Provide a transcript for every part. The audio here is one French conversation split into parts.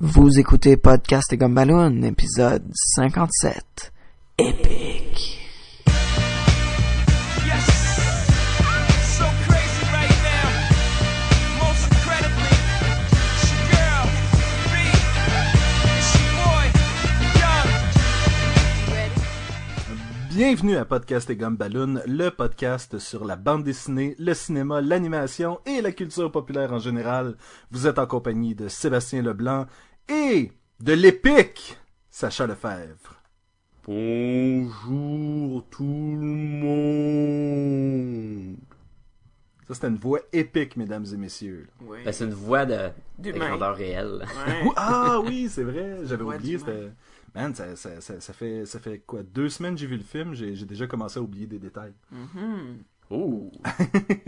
Vous écoutez Podcast et Gumballoon, épisode 57. Épique. Yes, so crazy right now. Most incredibly, it's your girl, B. It's your boy, Young. Ready? Bienvenue à Podcast et Gomme Balloon, le podcast sur la bande dessinée, le cinéma, l'animation et la culture populaire en général. Vous êtes en compagnie de Sébastien Leblanc et de l'épique Sacha Lefebvre. Bonjour tout le monde. Ça, c'était une voix épique, mesdames et messieurs. là. Oui. Ben, c'est une voix de, de D'humain. grandeur réelle. Ouais. Ou- Ah oui, c'est vrai, j'avais Voix oublié. d'humain. c'était- Man, ça, ça- ça- ça fait, ça fait quoi Deux semaines que j'ai vu le film, j'ai j'ai déjà commencé à oublier des détails. Mhm. Oh.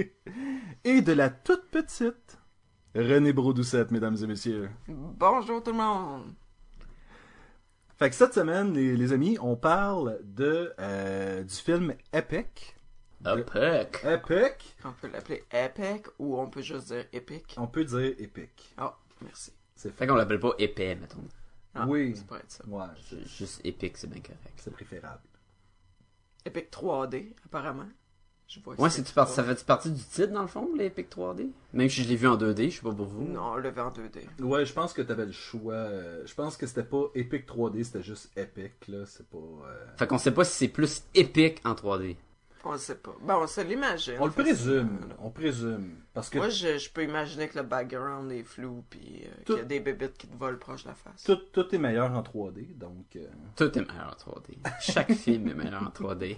Et de la toute petite René Brodoucette, mesdames et messieurs. Bonjour tout le monde. Fait que cette semaine, les, les amis, on parle de euh, du film Epic. A puck. Epic. On peut l'appeler Epic ou on peut juste dire épique. On peut dire Epic. Oh, merci. C'est fait. Fait qu'on l'appelle pas épais, mettons. Ah, Oui. Ça pourrait être ça. Ouais, c'est- C'est Juste épique, c'est bien correct. c'est préférable. Epic 3D, apparemment. Je vois que Ouais, c'est-tu par- ça 3D. fait partie du titre, dans le fond, l'épique 3D? Même si je l'ai vu en 2D, je sais pas pour vous. Non, le vent 2D. Ouais, je pense que t'avais le choix. euh, Je pense que c'était pas Epic 3D, c'était juste Epic là. C'est pas. euh, Fait qu'on sait pas si c'est plus épique en 3D. On le sait pas. Ben, on se l'imagine. On le Fait que présume. On présume. Parce que Moi, je, je peux imaginer que le background est flou puis euh, qu'il y a Tout- des bébites qui te volent proche de la face. tout, tout est meilleur en 3D, donc. euh, Tout est meilleur en 3D. Chaque film est meilleur en 3D.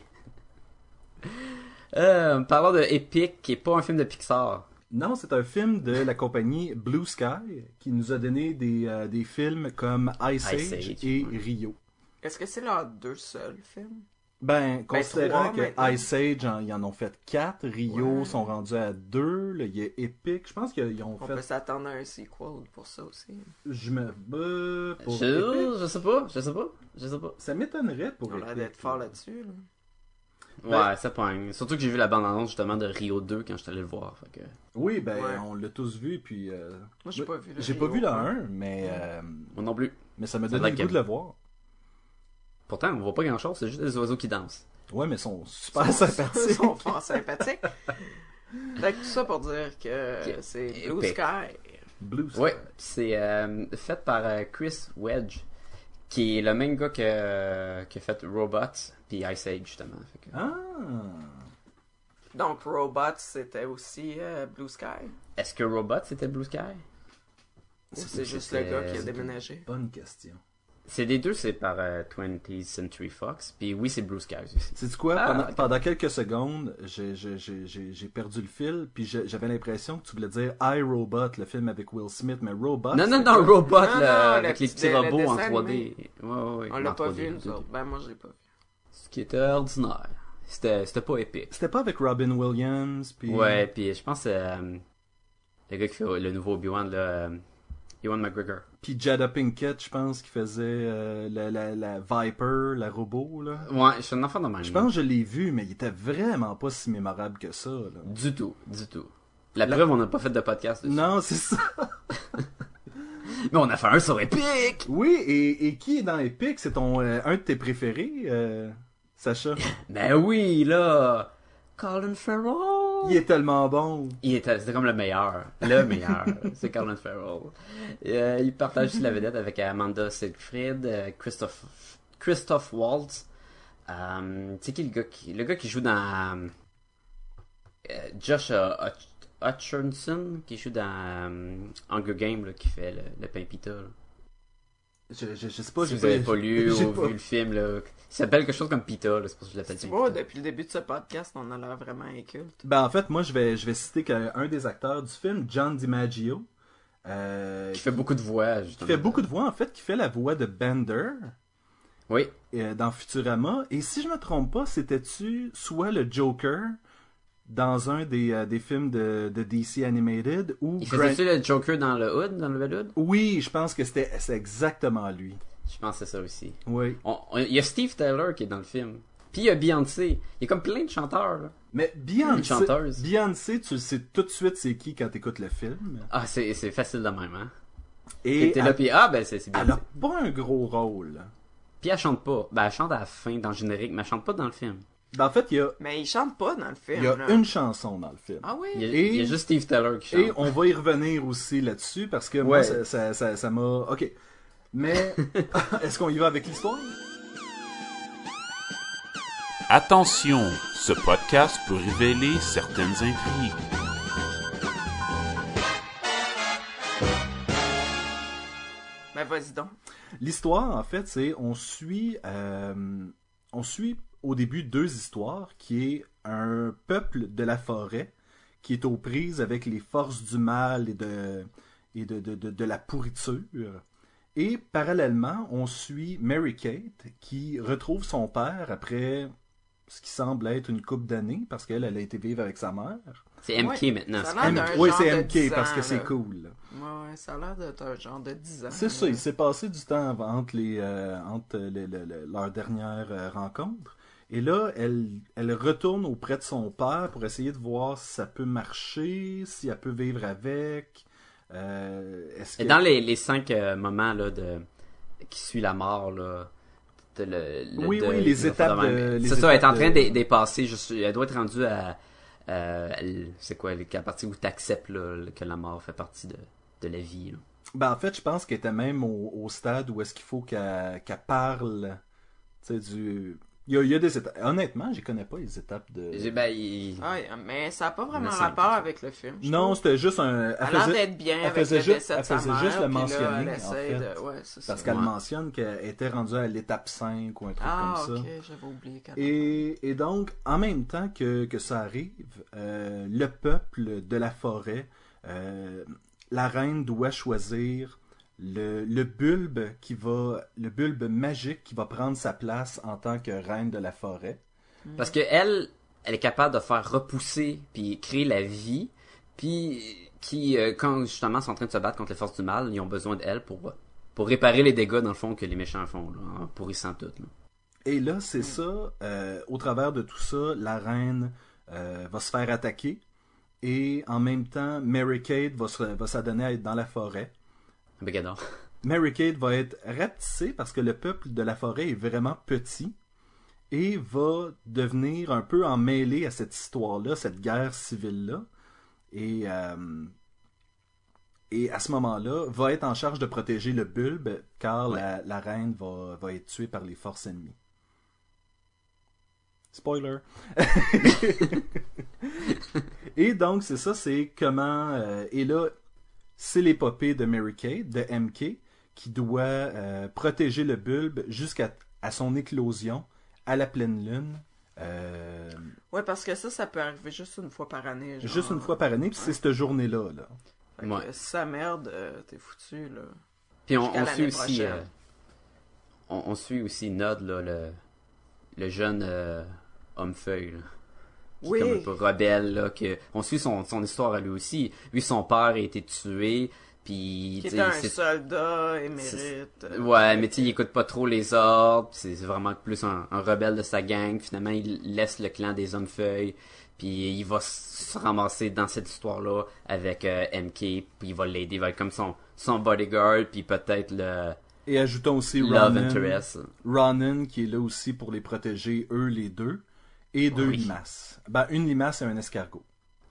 Euh, parlant de épique, qui est pas un film de Pixar. Non, c'est un film de la compagnie Blue Sky qui nous a donné des, euh, des films comme Ice, Age, Ice Age, et ouais. Rio. Est-ce que c'est leurs deux seuls films? Ben, considérant trois, maintenant. que Ice Age, en- ils en ont fait 4, Rio Ouais. sont rendus à 2, là, il y a Epic, je pense qu'ils ont On fait... peut s'attendre à un sequel pour ça aussi. Je me bats pour Epic. Je, je sais pas, je sais pas, je sais pas. Ça m'étonnerait pour On a l'air Epic, d'être fort là-dessus. Là. Ben- Ouais, ça pogne. Surtout que j'ai vu la bande-annonce justement de Rio 2 quand je suis allé le voir. Fait que... Oui, ben, Ouais. on l'a tous vu, puis... euh, Moi, j'ai pas vu le J'ai pas Rio. vu le 1, mais, euh, Moi non plus. mais ça m'a Ça donné le doit goût de être- le voir. Pourtant, on voit pas grand-chose, c'est juste des oiseaux qui dansent. Ouais, mais ils sont super sympathiques. Ils sont fort sympathiques. Fait que tout ça pour dire que c'est Épique. Blue Sky. Blue Sky. Ouais, pis c'est euh, fait par euh, Chris Wedge, qui est le même gars que, euh, qui a fait Robots puis Ice Age justement. Fait que- Ah! Donc Robots, c'était aussi euh, Blue Sky. Est-ce que Robots c'était Blue Sky Ou c'est juste le c'était- gars qui a c'était- déménagé. Bonne question. C'est les deux, c'est par euh, 20th Century Fox. Puis oui, c'est Blue Sky aussi. C'est quoi? Ah, pendant, ok. pendant quelques secondes, j'ai- j'ai- j'ai j'ai- j'ai perdu le fil, puis j'ai- j'avais l'impression que tu voulais dire I Robot, le film avec Will Smith, mais Robot. Non, non, c'est non, quoi? Robot, Ah, Non, là, non, le avec les petit- petits le robots en dessin 3D. Ouais, ouais, ouais, On l'a en pas 3D, vu, en nous 2D. autres. Ben moi, j'ai pas vu. Ce qui était ordinaire. C'était c'était pas épique. C'était pas avec Robin Williams, puis. Ouais, puis je pense euh, le gars qui fait le nouveau Obi-Wan, là, euh, Ewan McGregor. Puis Jada Pinkett, je pense, qui faisait euh, la, la, la Viper, la robot, là. Ouais, je suis un enfant de même. Je pense que je l'ai vu, mais il était vraiment pas si mémorable que ça, là. Du tout, du tout. La, preuve, on n'a pas fait de podcast dessus. Non, c'est ça. Mais on a fait un sur Epic! Oui, et, et qui est dans Epic? C'est ton euh, un de tes préférés, euh, Sacha. Ben oui, là! Colin Farrell! Il est tellement bon. Il était, c'était comme le meilleur. Le meilleur. c'est Colin Farrell. Euh, il partage aussi la vedette avec Amanda Seyfried, euh, Christophe, Christophe Waltz. Euh, c'est qui le gars qui, le gars qui joue dans. euh, Josh euh, Hutch- Hutcherson, qui joue dans euh, Hunger Games, là, qui fait le, le pain pita. là. Je, je, je sais pas, si j'ai vous avez pas lu j'ai ou pas- vu le film, là, il s'appelle quelque chose comme pita, là, c'est pour ça que je l'appelle Tu pain vois, pita. depuis le début de ce podcast, on a l'air vraiment inculte. Ben, en fait, moi, je vais, je vais citer qu'un un des acteurs du film, John DiMaggio, euh, Qui fait beaucoup de voix, qui justement. fait beaucoup de voix, en fait, qui fait la voix de Bender Oui, euh, dans Futurama. Et si je me trompe pas, c'était-tu soit le Joker dans un des, euh, des films de, de DC Animated ou... il Gran- faisait le Joker dans le Hood, dans le Bel Hood? Oui, je pense que c'était c'est exactement lui. Je pense que c'est ça aussi. Oui. On- on- Il y a Steve Taylor qui est dans le film. Puis il y a Beyoncé. Il y a comme plein de chanteurs. Là. Mais Une Beyoncé, chanteuse. Beyoncé, tu le sais tout de suite c'est qui quand t'écoutes le film. Ah, c'est c'est facile de même, hein? Et T'étais là, elle, puis ah, ben c'est c'est bien. elle a dit. pas un gros rôle. Puis elle chante pas. Ben elle chante à la fin dans le générique, mais elle chante pas dans le film. Ben, En fait, il y a, Mais il chante pas dans le film. il y a là. une chanson dans le film. Ah oui? Il y a, Et- il y a juste Steve Teller qui chante. Et on va y revenir aussi là-dessus parce que moi, Ouais. ça- ça ça- ça m'a. ok. Mais est-ce qu'on y va avec l'histoire Attention, ce podcast peut révéler certaines intrigues. Mais Ben, vas-y donc. L'histoire, en fait, c'est on suit, euh, on suit au début deux histoires qui est un peuple de la forêt qui est aux prises avec les forces du mal et de et de, de, de- de la pourriture. Et parallèlement, on suit Mary Kate qui retrouve son père après ce qui semble être une coupe d'années parce qu'elle elle a été vivre avec sa mère. C'est MK Ouais. maintenant. Ça c'est a l'air pas- Ah, d'un- M- oui, genre de c'est 10 MK parce ans, que là. c'est cool. Ouais, ouais, ça a l'air d'être un genre de 10 ans. C'est là. ça, il s'est passé du temps av- entre, les, euh, entre les- le- le- leur dernière euh, rencontre. Et là, elle, elle retourne auprès de son père pour essayer de voir si ça peut marcher, si elle peut vivre avec. Euh, est-ce Et que- dans les, les cinq euh, moments là, de... qui suit la mort, là, de le, le- Oui, de- oui, les de- de- étapes de- C'est les ça, elle est en étapes train de- d'é- dépasser. je suis- elle doit être rendue à. euh, elle- c'est quoi la partie où tu acceptes que la mort fait partie de, de la vie. là. Ben, en fait, je pense qu'elle était même au, au stade où est-ce qu'il faut qu'elle qu'elle parle. Tu sais, du. Il y, a, il y a des étapes. Honnêtement, je connais pas les étapes de. J'ai- ben, il- Ouais, mais ça Ah, a pas Mais vraiment ça, rapport c'est- avec le film. je Non, trouve. c'était juste un. elle Elle a l'air faisait- d'être bien elle avec faisait le juste- décès de elle sa faisait mère, juste le puis là, mentionner, elle en essaie fait. de... Ouais, c'est ça. Parce qu'elle Ouais. mentionne qu'elle était rendue à l'étape 5 ou un truc Ah, comme ça. ok, j'avais oublié qu'elle Et, et donc, en même temps que, que ça arrive, euh, le peuple de la forêt, euh, la reine doit choisir le, le bulbe qui va, le bulbe magique qui va prendre sa place en tant que reine de la forêt. Parce que elle, elle est capable de faire repousser puis créer la vie, puis qui euh, quand justement sont en train de se battre contre les forces du mal, ils ont besoin d'elle pour pour réparer les dégâts dans le fond que les méchants font là, en pourrissant tout. là. Et là, c'est ça, euh, au travers de tout ça, la reine euh, va se faire attaquer. Et en même temps, Mary Kate va se- va s'adonner à être dans la forêt. Bagador. Mary Kate va être rapetissée parce que le peuple de la forêt est vraiment petit et va devenir un peu emmêlé à cette histoire-là, cette guerre civile-là. Et, euh, et à ce moment-là, va être en charge de protéger le bulbe car la, la reine va, va être tuée par les forces ennemies. Spoiler. et donc, c'est ça, c'est comment... euh, et là, c'est l'épopée de Mary Kate, de MK, qui doit euh, protéger le bulbe jusqu'à à son éclosion à la pleine lune. euh, Ouais, parce que ça, ça peut arriver juste une fois par année. genre. juste une fois par année, puis c'est cette journée-là. Là. Fait que Ouais. Si ça merde, euh, t'es foutu, là. Puis on, Jusqu'à on suit l'année aussi prochaine. euh, on, on suit aussi Nod là, le le jeune euh, homme feuille. là. qui est Oui. comme un peu rebelle là que on suit son, son histoire à lui aussi lui son père a été tué puis Qui tu était sais, un c'est- soldat émérite. euh, Ouais, mais tu sais, il écoute pas trop les ordres, pis c'est vraiment plus un, un rebelle de sa gang. Finalement, il laisse le clan des hommes-feuilles, puis il va s- se ramasser dans cette histoire-là avec euh, MK, puis il va l'aider, il va être comme son, son bodyguard, puis peut-être le Et ajoutons aussi love Ronan, interest. Ronan, qui est là aussi pour les protéger, eux les deux, et deux Oui. limaces. Ben, une limace et un escargot.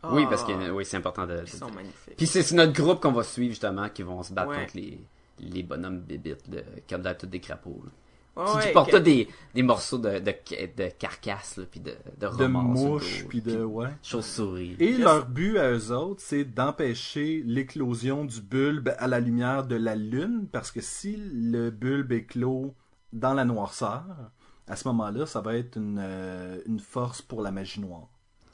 ah, Oui, parce que oui, c'est important de... Ils sont magnifiques. Puis c'est c'est notre groupe qu'on va suivre, justement, qui vont se battre Ouais. contre les, les bonhommes bébites, là, qui ont l'air tous des crapauds. là. Ouais, Qui- qui Ah ouais, portent que- des, des morceaux de, de, de carcasse, là, puis de, de De remords sur le mouches, dos, puis de... Ouais. chauves-souris. Et leur but à eux autres, c'est d'empêcher l'éclosion du bulbe à la lumière de la lune, parce que si le bulbe éclot dans la noirceur, à ce moment-là, ça va être une, euh, une force pour la magie noire.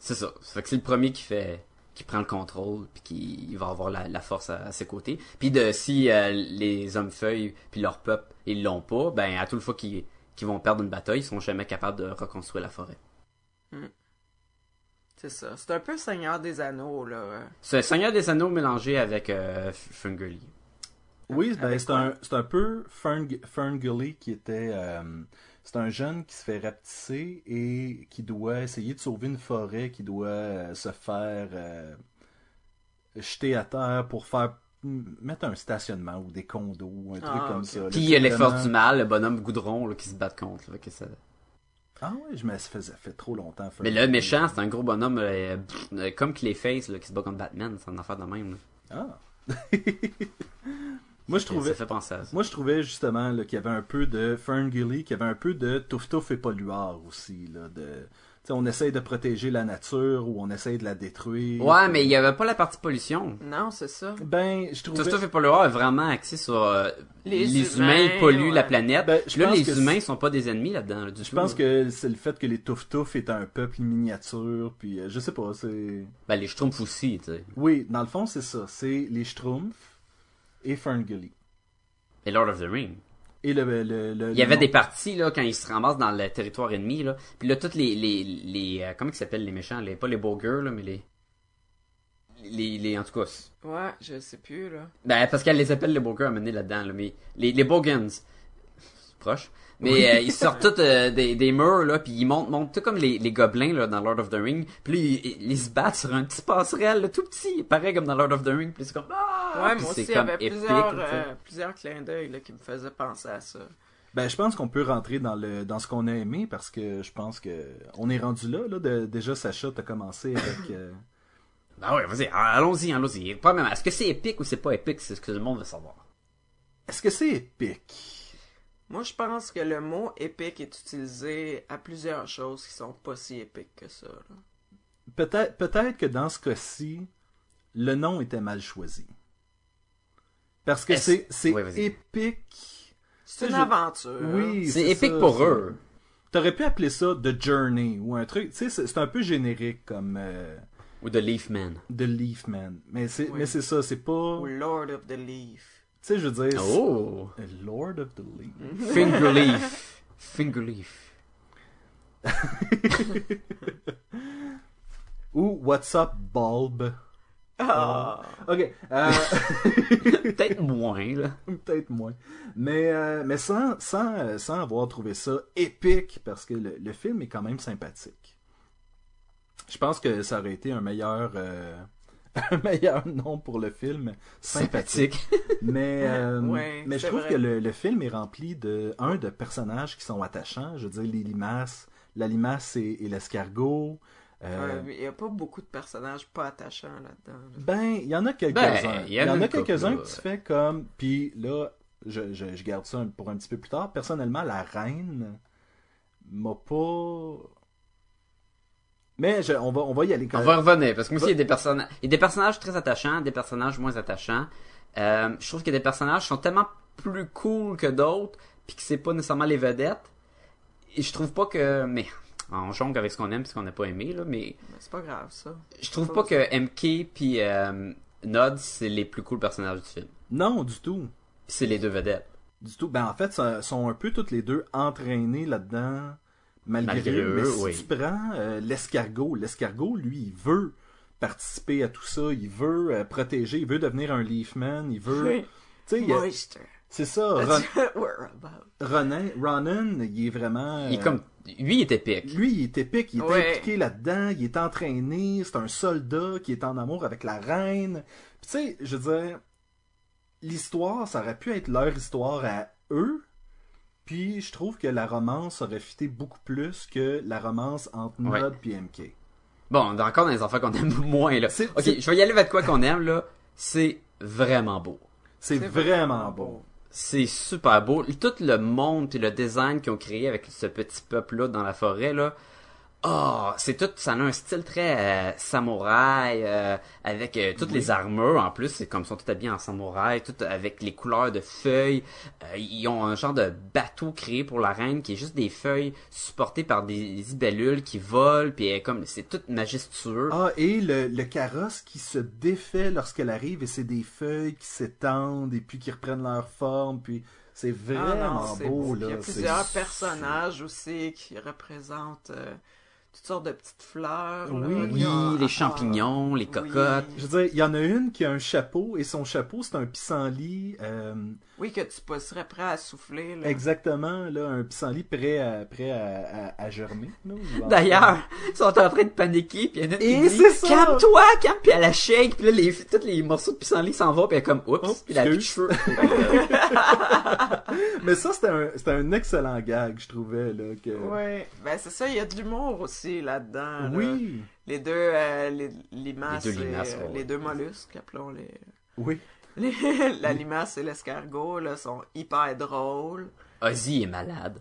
C'est ça. Ça fait que c'est le premier qui fait qui prend le contrôle puis qui il va avoir la, la force à, à ses côtés. Puis de si euh, les hommes feuilles puis leur peuple ils l'ont pas, ben à tout le fois qu'ils qu'ils vont perdre une bataille, ils sont jamais capables de reconstruire la forêt. C'est ça. C'est un peu Seigneur des Anneaux, là. C'est Seigneur des Anneaux mélangé avec euh, Fungully. Oui, ben, Avec c'est quoi? un, c'est un peu Fern, Fern Gully qui était... euh, c'est un jeune qui se fait rapetisser et qui doit essayer de sauver une forêt, qui doit euh, se faire euh, jeter à terre pour faire m- mettre un stationnement ou des condos ou un Ah, truc comme ok. ça. là, Puis il y a tout l'effort vraiment- du mal, le bonhomme goudron là, qui se bat contre. là, fait que ça- Ah ouais, je me ça faisait- ça fait trop longtemps. Furby. Mais le méchant, c'est un gros bonhomme euh, pff, euh, comme Clayface là, qui se bat contre Batman, c'est une affaire de même. là. Ah. Moi je trouvais Ça fait penser à ça. Moi, je trouvais justement là, qu'il y avait un peu de Ferngully, qu'il y avait un peu de Touf Touf et Polluard aussi. Là, de... tu sais, on essaye de protéger la nature ou on essaye de la détruire. Ouais, mais il n'y avait pas la partie pollution. Non, c'est ça. Ben, je trouvais. Tout ça fait pas le voir est vraiment axé sur euh, Les les, humains, humains, polluent ouais. la planète. Ben, je là, pense les que humains c'est- sont pas des ennemis là-dedans. là, du Je tout, pense là. que c'est le fait que les Touf Touf est un peuple miniature, puis euh, je sais pas, c'est. Ben, les schtroumpfs aussi, tu sais. Oui, dans le fond, c'est ça. C'est les Schtroumpfs et Ferngully. Et Lord of the Ring. Et le. le- le- Il y avait le- des parties, là, quand ils se ramassent dans le territoire ennemi, là. Puis là, toutes les... les, les euh, comment ils s'appellent, les méchants? Les, pas les bourgers, là, mais les... Les, les, en tout cas, c'est- Ouais, je sais plus, là. ben, parce qu'elle les appelle les bourgers à mener là-dedans, là, mais les, les Bogans, C'est proche, mais euh, ils sortent tous euh, des, des murs, là, puis ils montent, montent, tout comme les, les gobelins, là, dans Lord of the Ring, puis là, ils, ils se battent sur un petit passerelle, là, tout petit, pareil comme dans Lord of the Ring, puis c'est comme, ah! Ouais, Puis moi c'est aussi, il y comme avait épique, plusieurs, là, tu sais. euh, plusieurs clins d'œil là, qui me faisaient penser à ça. Ben, je pense qu'on peut rentrer dans le dans ce qu'on a aimé parce que je pense que on est rendu là. là de- déjà, Sacha, t'as commencé avec. euh, Ah ouais, vas-y, allons-y, allons-y. Premièrement, est-ce que c'est épique ou c'est pas épique, c'est ce que le monde veut savoir. Est-ce que c'est épique? Moi, je pense que le mot épique est utilisé à plusieurs choses qui sont pas si épiques que ça. là. Peut-être peut-être que dans ce cas-ci, le nom était mal choisi. Parce que Est-ce- c'est c'est Oui, vas-y. épique. C'est une Je- aventure. Oui, C'est épique ça, pour c'est- eux. T'aurais pu appeler ça The Journey ou un truc. Tu sais, c'est c'est un peu générique comme euh, Ou de Leafman. The Leafman. Mais c'est Oui. mais c'est ça, c'est pas. Ou Lord of the Leaf. Tu sais, je veux dire. c'est- Oh! Lord of the Leaf. Mm-hmm. Fingerleaf. Fingerleaf. Ou What's Up Bulb. Ah! Ok. euh, Peut-être moins, là. Peut-être moins. Mais, euh, mais sans, sans, euh, sans avoir trouvé ça épique, parce que le, le film est quand même sympathique. Je pense que ça aurait été un meilleur, euh, un meilleur nom pour le film. Sympathique. Sympathique. Mais, euh, Ouais, mais je c'est trouve vrai. que le, le film est rempli de, un, de personnages qui sont attachants. Je veux dire, les limaces, la limace et, et l'escargot. Euh, Ouais, mais Il y a pas beaucoup de personnages pas attachants là-dedans. là. ben, il y en a quelques-uns. Ben, Il y en a une couple, quelques-uns là. que tu fais comme. Puis là, je, je- je garde ça un- pour un petit peu plus tard. Personnellement, la reine m'a pas. Mais je- on, va, on va y aller quand On va revenir, parce que moi aussi, il y a des personnages, il y a des personnages très attachants, des personnages moins attachants. Euh, je trouve qu'il y a des personnages qui sont tellement plus cool que d'autres, puis que c'est pas nécessairement les vedettes. Et je trouve pas que, mais, on jongle avec ce qu'on aime, ce qu'on n'a pas aimé, là, mais Mais c'est pas grave, ça. Je trouve pas que MK puis euh, Nod, c'est les plus cool personnages du film. Non, du tout. Puis c'est les deux vedettes. Du tout. Ben, en fait, ça- sont un peu toutes les deux entraînées là-dedans, malgré, Malgré eux. Mais eux, si oui. tu prends euh, l'escargot, l'escargot, lui, il veut participer à tout ça. Il veut euh, protéger, il veut devenir un Leafman, il veut. Oui. Tu sais, il y a- Moisture. c'est ça. Ron- That's what we're about. Ronan, Ronan, il est vraiment. Il est euh, comme lui il est épique. Lui, il est épique, il est Ouais. impliqué là-dedans, il est entraîné, c'est un soldat qui est en amour avec la reine. Puis, tu sais, je veux dire, l'histoire, ça aurait pu être leur histoire à eux. Puis je trouve que la romance aurait fité beaucoup plus que la romance entre Ouais. Nod et MK. Bon, on est encore dans les enfants qu'on aime moins là. C'est- OK, c'est- je vais y aller avec quoi qu'on aime là. C'est vraiment beau. C'est vraiment beau. C'est super beau. Tout le monde puis le design qu'ils ont créé avec ce petit peuple là dans la forêt là. Oh, c'est tout, ça a un style très euh, samouraï, euh, avec euh, toutes les armures en plus, c'est comme ils sont tout habillés en samouraï, tout avec les couleurs de feuilles. Euh, ils ont un genre de bateau créé pour la reine qui est juste des feuilles supportées par des libellules qui volent, puis euh, comme c'est tout majestueux. Ah, et le, le carrosse qui se défait lorsqu'elle arrive et c'est des feuilles qui s'étendent et puis qui reprennent leur forme, puis c'est Ah vraiment non, c'est beau, beau. là. Il y a C'est- plusieurs personnages aussi qui représentent euh, toutes sortes de petites fleurs. là. Oui. oui, Ah, les ah, champignons, les oui. cocottes. Je veux dire, il y en a une qui a un chapeau et son chapeau, c'est un pissenlit. Euh, Oui, que tu pas- serais prêt à souffler. là. Exactement, là, un pissenlit prêt à, prêt à, à- à germer. là, ou à- D'ailleurs, ils sont en train de paniquer, puis il y en a une Et qui dit, c'est ça! calme-toi, calme, puis elle la shake, puis là, les, tous les morceaux de pissenlit s'en vont, puis elle est comme, Oh, oups, Oups, puis la plus de excuse. cheveux. Mais ça, c'était un, c'était un excellent gag, je trouvais. Là, que... Ouais. Ben, c'est ça, il y a de l'humour aussi là-dedans. là. Oui, Les deux euh, les, limaces, Les deux et, limaces, euh, ouais. les deux mollusques, appelons-les. oui. Les- la limace et l'escargot, là, sont hyper drôles. Ozzy est malade.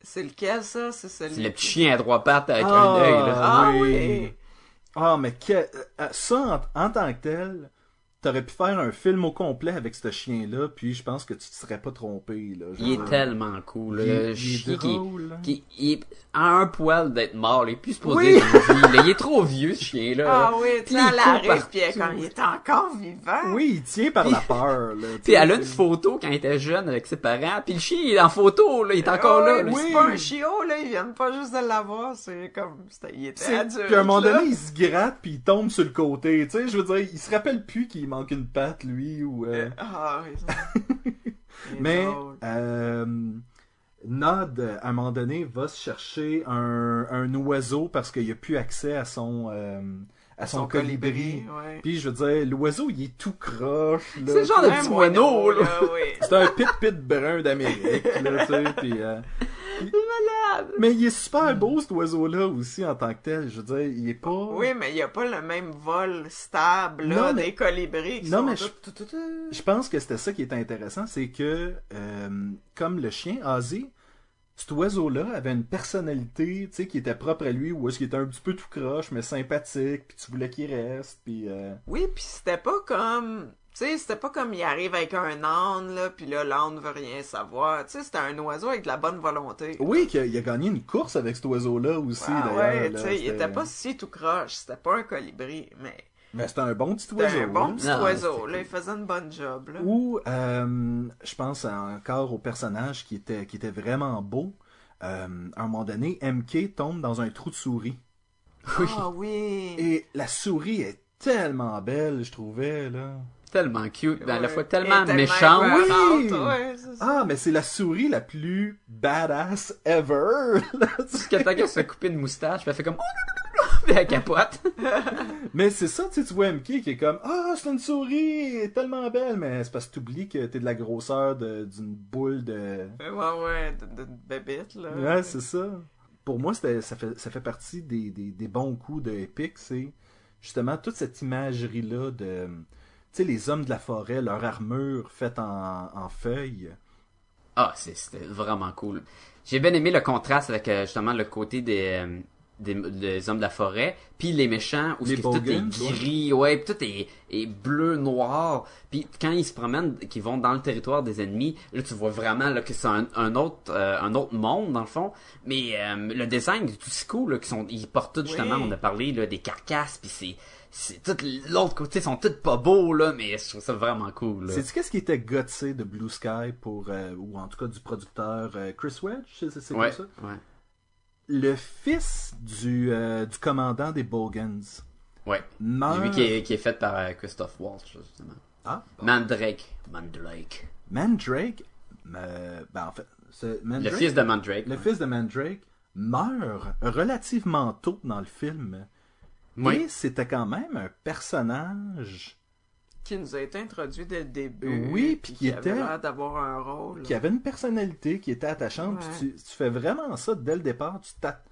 C'est lequel, ça? C'est celui... C'est le petit chien à trois pattes avec Ah. un œil, là. Ah Oui. oui! Ah, mais que... euh, ça, en, en tant que tel, t'aurais pu faire un film au complet avec ce chien-là, puis je pense que tu te serais pas trompé. Là, Il est genre. tellement cool, là. Il est- Le il est chien qui, drôle, hein. qui, il est à un poil d'être mort, il est plus supposé Oui. être en vie, là. Il est trop vieux, ce chien-là. Ah là. oui, tu Puis il sais, court la partout. puis elle est comme, il est encore vivant! Oui, il tient par la peur. Là, Puis elle a une photo quand elle était jeune avec ses parents, puis le chien, il est en photo, là. Il est encore Ah là, oui, là. C'est pas un chiot, là, ils viennent pas juste de l'avoir, c'est comme, c'était- il était C'est- adulte, Puis à un moment là. donné, il se gratte puis il tombe sur le côté. Tu sais, je veux dire, il se rappelle plus qu'il manque une patte, lui. ou euh, Ah oui, ça. Il est Mais drôle. euh, Nod, à un moment donné, va se chercher un, un oiseau parce qu'il a plus accès à son, euh, à son, Son colibri. colibri, ouais. Puis je veux dire, l'oiseau, il est tout croche. là. C'est le genre de Ouais, petit moi, moineau, là. oui. C'est un pit-pit brun d'Amérique, là, tu sais, puis... euh, il- Mais il est super beau, cet oiseau-là, aussi, en tant que tel. Je veux dire, il est pas... Oui, mais il n'y a pas le même vol stable Non, là, mais- des colibris qui Non, sont mais tous- Je pense que c'était ça qui était intéressant, c'est que, euh, comme le chien, Ozzy, cet oiseau-là avait une personnalité, tu sais, qui était propre à lui, ou est-ce qu'il était un petit peu tout croche, mais sympathique, puis tu voulais qu'il reste, puis... euh, Oui, puis c'était pas comme... Tu sais, c'était pas comme il arrive avec un âne, là, puis là, l'âne veut rien savoir. Tu sais, c'était un oiseau avec de la bonne volonté. Oui, qu'il a- il a gagné une course avec cet oiseau-là aussi, Ah d'ailleurs. ouais, là, tu sais, il c'était- était pas si tout croche. C'était pas un colibri, mais Mais c'était un bon petit oiseau. hein? c'était un bon là. petit Non, oiseau. c'était- Là, il faisait une bonne job, là. Ou, euh, je pense encore au personnage qui était, qui était vraiment beau. Euh, à un moment donné, MK tombe dans un trou de souris. Ah oui! Et la souris est tellement belle, je trouvais, là. Tellement cute, Ben, mais à la Ouais. fois Et tellement méchante. Oui. épeurante, ouais, c'est ça. Ah, mais c'est la souris la plus badass ever! là, tu sais. Jusqu'à temps qu'elle se fait couper une moustache, puis elle fait comme... oh, Puis elle capote. mais c'est ça, tu sais, tu vois MK qui est comme « Ah, c'est une souris! Elle est tellement belle! » Mais c'est parce que t'oublies que t'es de la grosseur de- d'une boule de... Ouais, ouais, de, de- de bébête, là. Ouais, c'est ça. Pour moi, c'était- ça fait, ça fait partie des, des- des bons coups de Epic, c'est justement toute cette imagerie-là de, tu sais, les hommes de la forêt, leur armure faite en, en feuilles. Ah, c'est- c'était vraiment cool. J'ai bien aimé le contraste avec euh, justement le côté des, euh, des, des hommes de la forêt, puis les méchants, où Les ce que tout est Bogans, ouais. gris, ouais, puis tout est, est bleu, noir. Puis quand ils se promènent, qu'ils vont dans le territoire des ennemis, là tu vois vraiment là, que c'est un, un autre euh, un autre monde dans le fond. Mais euh, le design est tout si cool, là, qu'ils sont, ils portent tout justement, Oui. on a parlé là, des carcasses, puis c'est... C'est tout l'autre côté, ils sont tous pas beaux, là, mais je trouve ça vraiment cool. là. Sais-tu qu'est-ce qui était gotsé de Blue Sky pour, euh, ou en tout cas du producteur euh, Chris Wedge, c'est c'est comme Ouais, ça? ouais. Le fils du, euh, du commandant des Bogans Ouais. meurt... Lui qui est, qui est fait par euh, Christophe Waltz, justement. Ah, bon. Mandrake. Mandrake. Mandrake, euh, ben en fait, c'est Le Mandrake- fils de Mandrake. Le fils de Mandrake meurt relativement tôt dans le film. Oui. Et c'était quand même un personnage Qui nous a été introduit dès le début. Oui, puis qui avait était- l'air d'avoir un rôle. qui avait une personnalité, qui était attachante. Ouais. Puis tu, tu fais vraiment ça dès le départ. Tu t'att-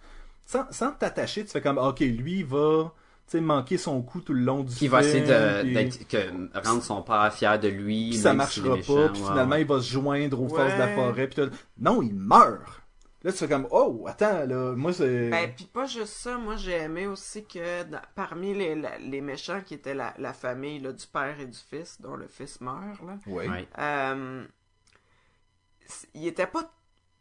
sans, sans t'attacher, tu fais comme, OK, lui, il va tu sais, manquer son coup tout le long du Qui film. va essayer de, puis- d'être- que, rendre son père fier de lui. Euh, puis ça même s'il est marchera méchant, pas, puis ouais, finalement, ouais. il va se joindre aux forces de la Ouais. forêt. Puis tout. Non, il meurt. Là, tu fais comme, oh, attends, là, moi, c'est... Ben, puis pas juste ça, moi j'ai aimé aussi que dans- parmi les, la- les méchants qui étaient la, la famille là, du père et du fils, dont le fils meurt, là, Ouais. Ouais. euh, c- ils étaient pas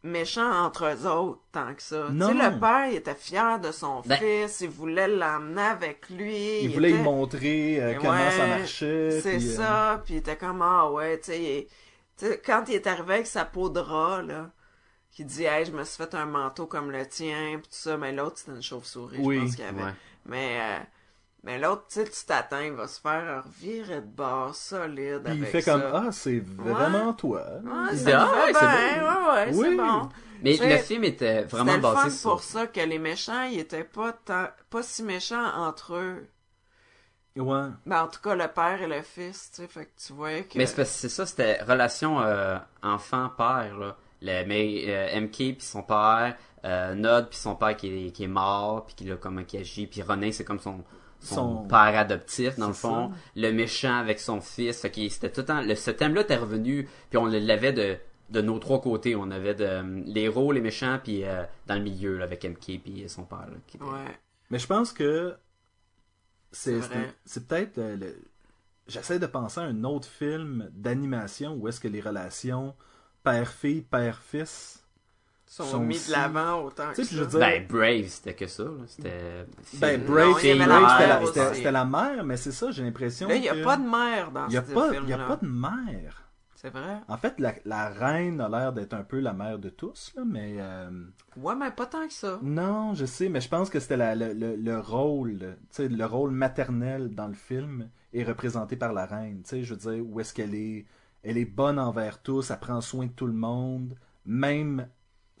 méchants entre eux autres tant que ça. Tu Non. sais, le père, il était fier de son Ben- fils, il voulait l'emmener avec lui. Il, voulait était- lui montrer euh, Ouais, comment ça marchait. C'est puis, euh, ça, puis il était comme, ah ouais, tu sais, il- tu sais, quand il est arrivé avec sa peau de rat, là, qui dit, hey, je me suis fait un manteau comme le tien, puis tout ça, mais l'autre, c'était une chauve-souris, Oui, je pense qu'il y avait. ouais. Mais, euh, Mais l'autre, tu sais, tu t'attends, il va se faire revirer de bord solide Puis il avec fait comme ça. Ah, c'est vraiment toi. Ouais, Il ça dit, Ah, me fait ouais, c'est bien, ouais, ouais, Oui. c'est bon. Mais Tu sais, le film était C'était vraiment le fun basé sur... pour ça que les méchants, ils étaient pas, tant- pas si méchants entre eux. Ouais. Ben, en tout cas, le père et le fils, tu sais, fait que tu voyais que... Mais c'est parce que c'est ça, c'était relation euh, enfant-père, là. Le, mais euh, MK puis son père, euh, Nod puis son père qui est, qui est mort, puis qui l'a comme qui agit, puis Ronin c'est comme son, son, Son- père adoptif dans le C'est fond, le méchant avec son fils, fait qu'il- c'était tout le temps, le- ce thème-là était revenu, puis on l'avait de, de nos trois côtés, on avait de, euh, les héros, les méchants, puis euh, dans le milieu là, avec MK puis son père. là, qui était- Ouais. Mais je pense que c'est C'est vrai. c'est- c'est peut-être euh, le- j'essaie de penser à un autre film d'animation où est-ce que les relations père-fille, père-fils Ils sont, Sont mis aussi- de l'avant autant Tu que sais, puis je ça. veux dire- Ben Brave c'était que ça, là. c'était ben Non, Brave, il y avait Brave, la c'était mère la- c'était aussi. c'était la, mère, mais c'est ça, j'ai l'impression Là, il n'y a que- pas de mère dans il y a ce pas- il y a film-là. pas de mère. C'est vrai. En fait, la, la reine a l'air d'être un peu la mère de tous, là, mais euh, Ouais, mais pas tant que ça. non, je sais, mais je pense que c'était la- le, le- le rôle, tu sais, le rôle maternel dans le film est représenté par la reine. Tu sais, je veux dire, où est-ce qu'elle est, elle est bonne envers tous, elle prend soin de tout le monde, même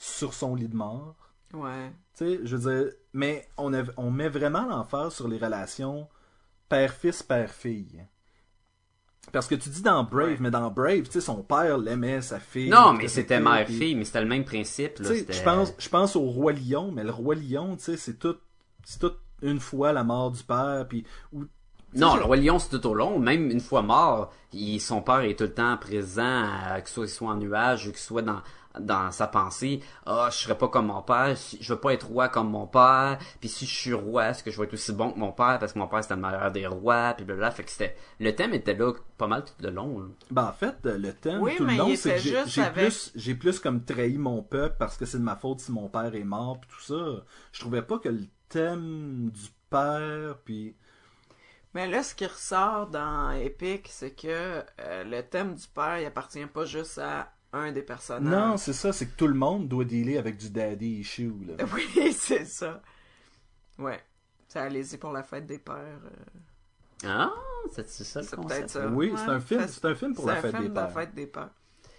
sur son lit de mort. Ouais. Tu sais, je veux dire, mais on, a- on met vraiment l'emphase sur les relations père-fils, père-fille. Parce que tu dis dans Brave, Ouais. mais dans Brave, tu sais, son père l'aimait, sa fille. Non, tout mais ça, c'était puis- mère-fille, mais c'était le même principe. Tu Là, sais, c'était- je pense, je pense au roi lion, mais le roi lion, tu sais, c'est tout, c'est tout une fois la mort du père, puis ou- Non, je- le roi lion, c'est tout au long. Même une fois mort, il- son père est tout le temps présent, euh, que ce soit, il soit en nuage ou qu'il soit dans, dans sa pensée. Ah, je serais pas comme mon père, si- je veux pas être roi comme mon père. Puis si je suis roi, est-ce que je vais être aussi bon que mon père parce que mon père c'était le meilleur des rois, puis blablabla. Fait que c'était le thème était là pas mal tout le long. là. ben, en fait, le thème Oui, tout le mais long, il c'est que était j'ai, juste j'ai avec- plus, j'ai plus comme trahi mon peuple parce que c'est de ma faute si mon père est mort, puis tout ça. Je trouvais pas que le thème du père, puis Mais là, ce qui ressort dans Epic, c'est que euh, le thème du père, il appartient pas juste à un des non, personnages. c'est ça, c'est que tout le monde doit dealer avec du daddy issue. Là. Oui, c'est ça. Ouais. Ça, allez-y pour la fête des pères. euh. Ah, c'est c'est ça le C'est concept. peut-être ça. Oui, Ouais, c'est un film, ça- c'est un film pour C'est la un fête film des de la pères. fête des pères.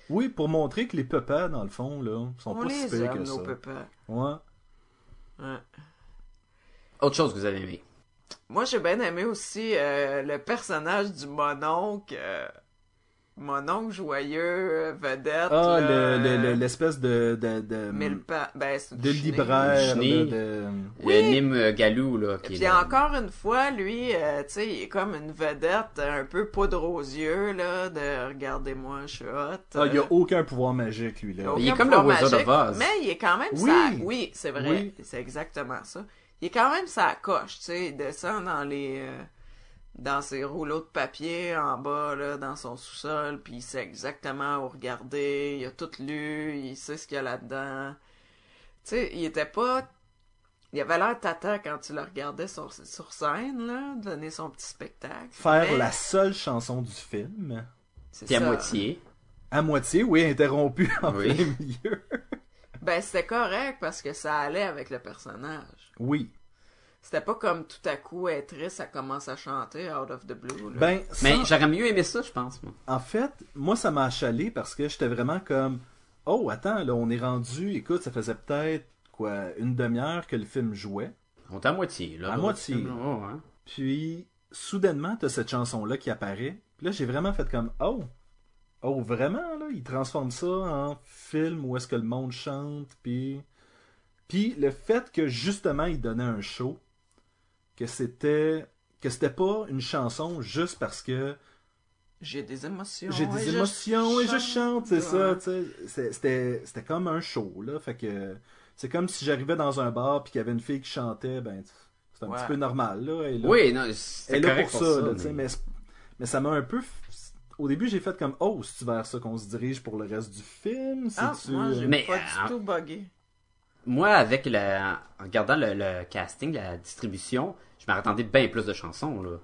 Oui, pour montrer que les papas, dans le fond, là, sont On pas si les pires que aime, ça. nos papas. Ouais. Ouais. Autre chose que vous avez aimé. Moi, j'ai bien aimé aussi euh, le personnage du mononcle. euh, mononcle joyeux, euh, vedette. Ah, là, le- le- le- euh, l'espèce de, de, de, mille pa- ben, c'est une de chenille. libraire. Chenille. là, de- Oui. Le Nîmes euh, Galou, là. Et Qui puis est là. encore une fois, lui, euh, tu sais, il est comme une vedette euh, un peu poudre aux yeux, là, de « regardez-moi, je suis hot Ah, il n'y a aucun pouvoir magique, lui. là. aucun Il est comme le pouvoir Wizard of magique, Oz. Mais il est quand même Oui. ça. Oui, c'est vrai. Oui. C'est exactement ça. Il est quand même ça coche, tu sais. Il descend dans les. euh, dans ses rouleaux de papier en bas, là, dans son sous-sol, puis il sait exactement où regarder. Il a tout lu, il sait ce qu'il y a là-dedans. Tu sais, il était pas. Il avait l'air tata quand tu le regardais sur, sur scène, là, donner son petit spectacle. Faire Mais la seule chanson du film. c'est Puis à ça. moitié. À moitié, oui, interrompu en Oui. plein milieu. Ben, c'était correct parce que ça allait avec le personnage. Oui. C'était pas comme tout à coup elle est triste, elle commence à chanter out of the blue. là. Ben, Mais ça, j'aurais mieux aimé ça, je pense, moi. en fait, moi, ça m'a achalé parce que j'étais vraiment comme Oh, attends, là, on est rendu. Écoute, ça faisait peut-être, quoi, une demi-heure que le film jouait. On est à moitié, là. À moitié. Ouais, ouais. Puis, soudainement, t'as cette chanson-là qui apparaît. Puis là, j'ai vraiment fait comme Oh! Oh, vraiment, là? Ils transforment ça en film où est-ce que le monde chante, puis... Puis le fait que, justement, ils donnaient un show, que c'était... que c'était pas une chanson juste parce que J'ai des émotions. j'ai et des je émotions et je chante, c'est ça, Ouais. tu sais. C'est- C'était c'était comme un show, là. Fait que c'est comme si j'arrivais dans un bar puis qu'il y avait une fille qui chantait, ben, c'est un Ouais. petit peu normal, là. Elle, là, Oui, non, c'est elle est là correct pour ça, là, tu sais, mais... mais... c'est- mais ça m'a un peu. f- Au début, j'ai fait comme Oh, c'est-tu vers ça qu'on se dirige pour le reste du film Ah, C'est-tu, moi, j'ai euh, Mais, pas euh, du tout buggé. Moi, avec la... en regardant le, le casting, la distribution, je m'attendais bien plus de chansons, là.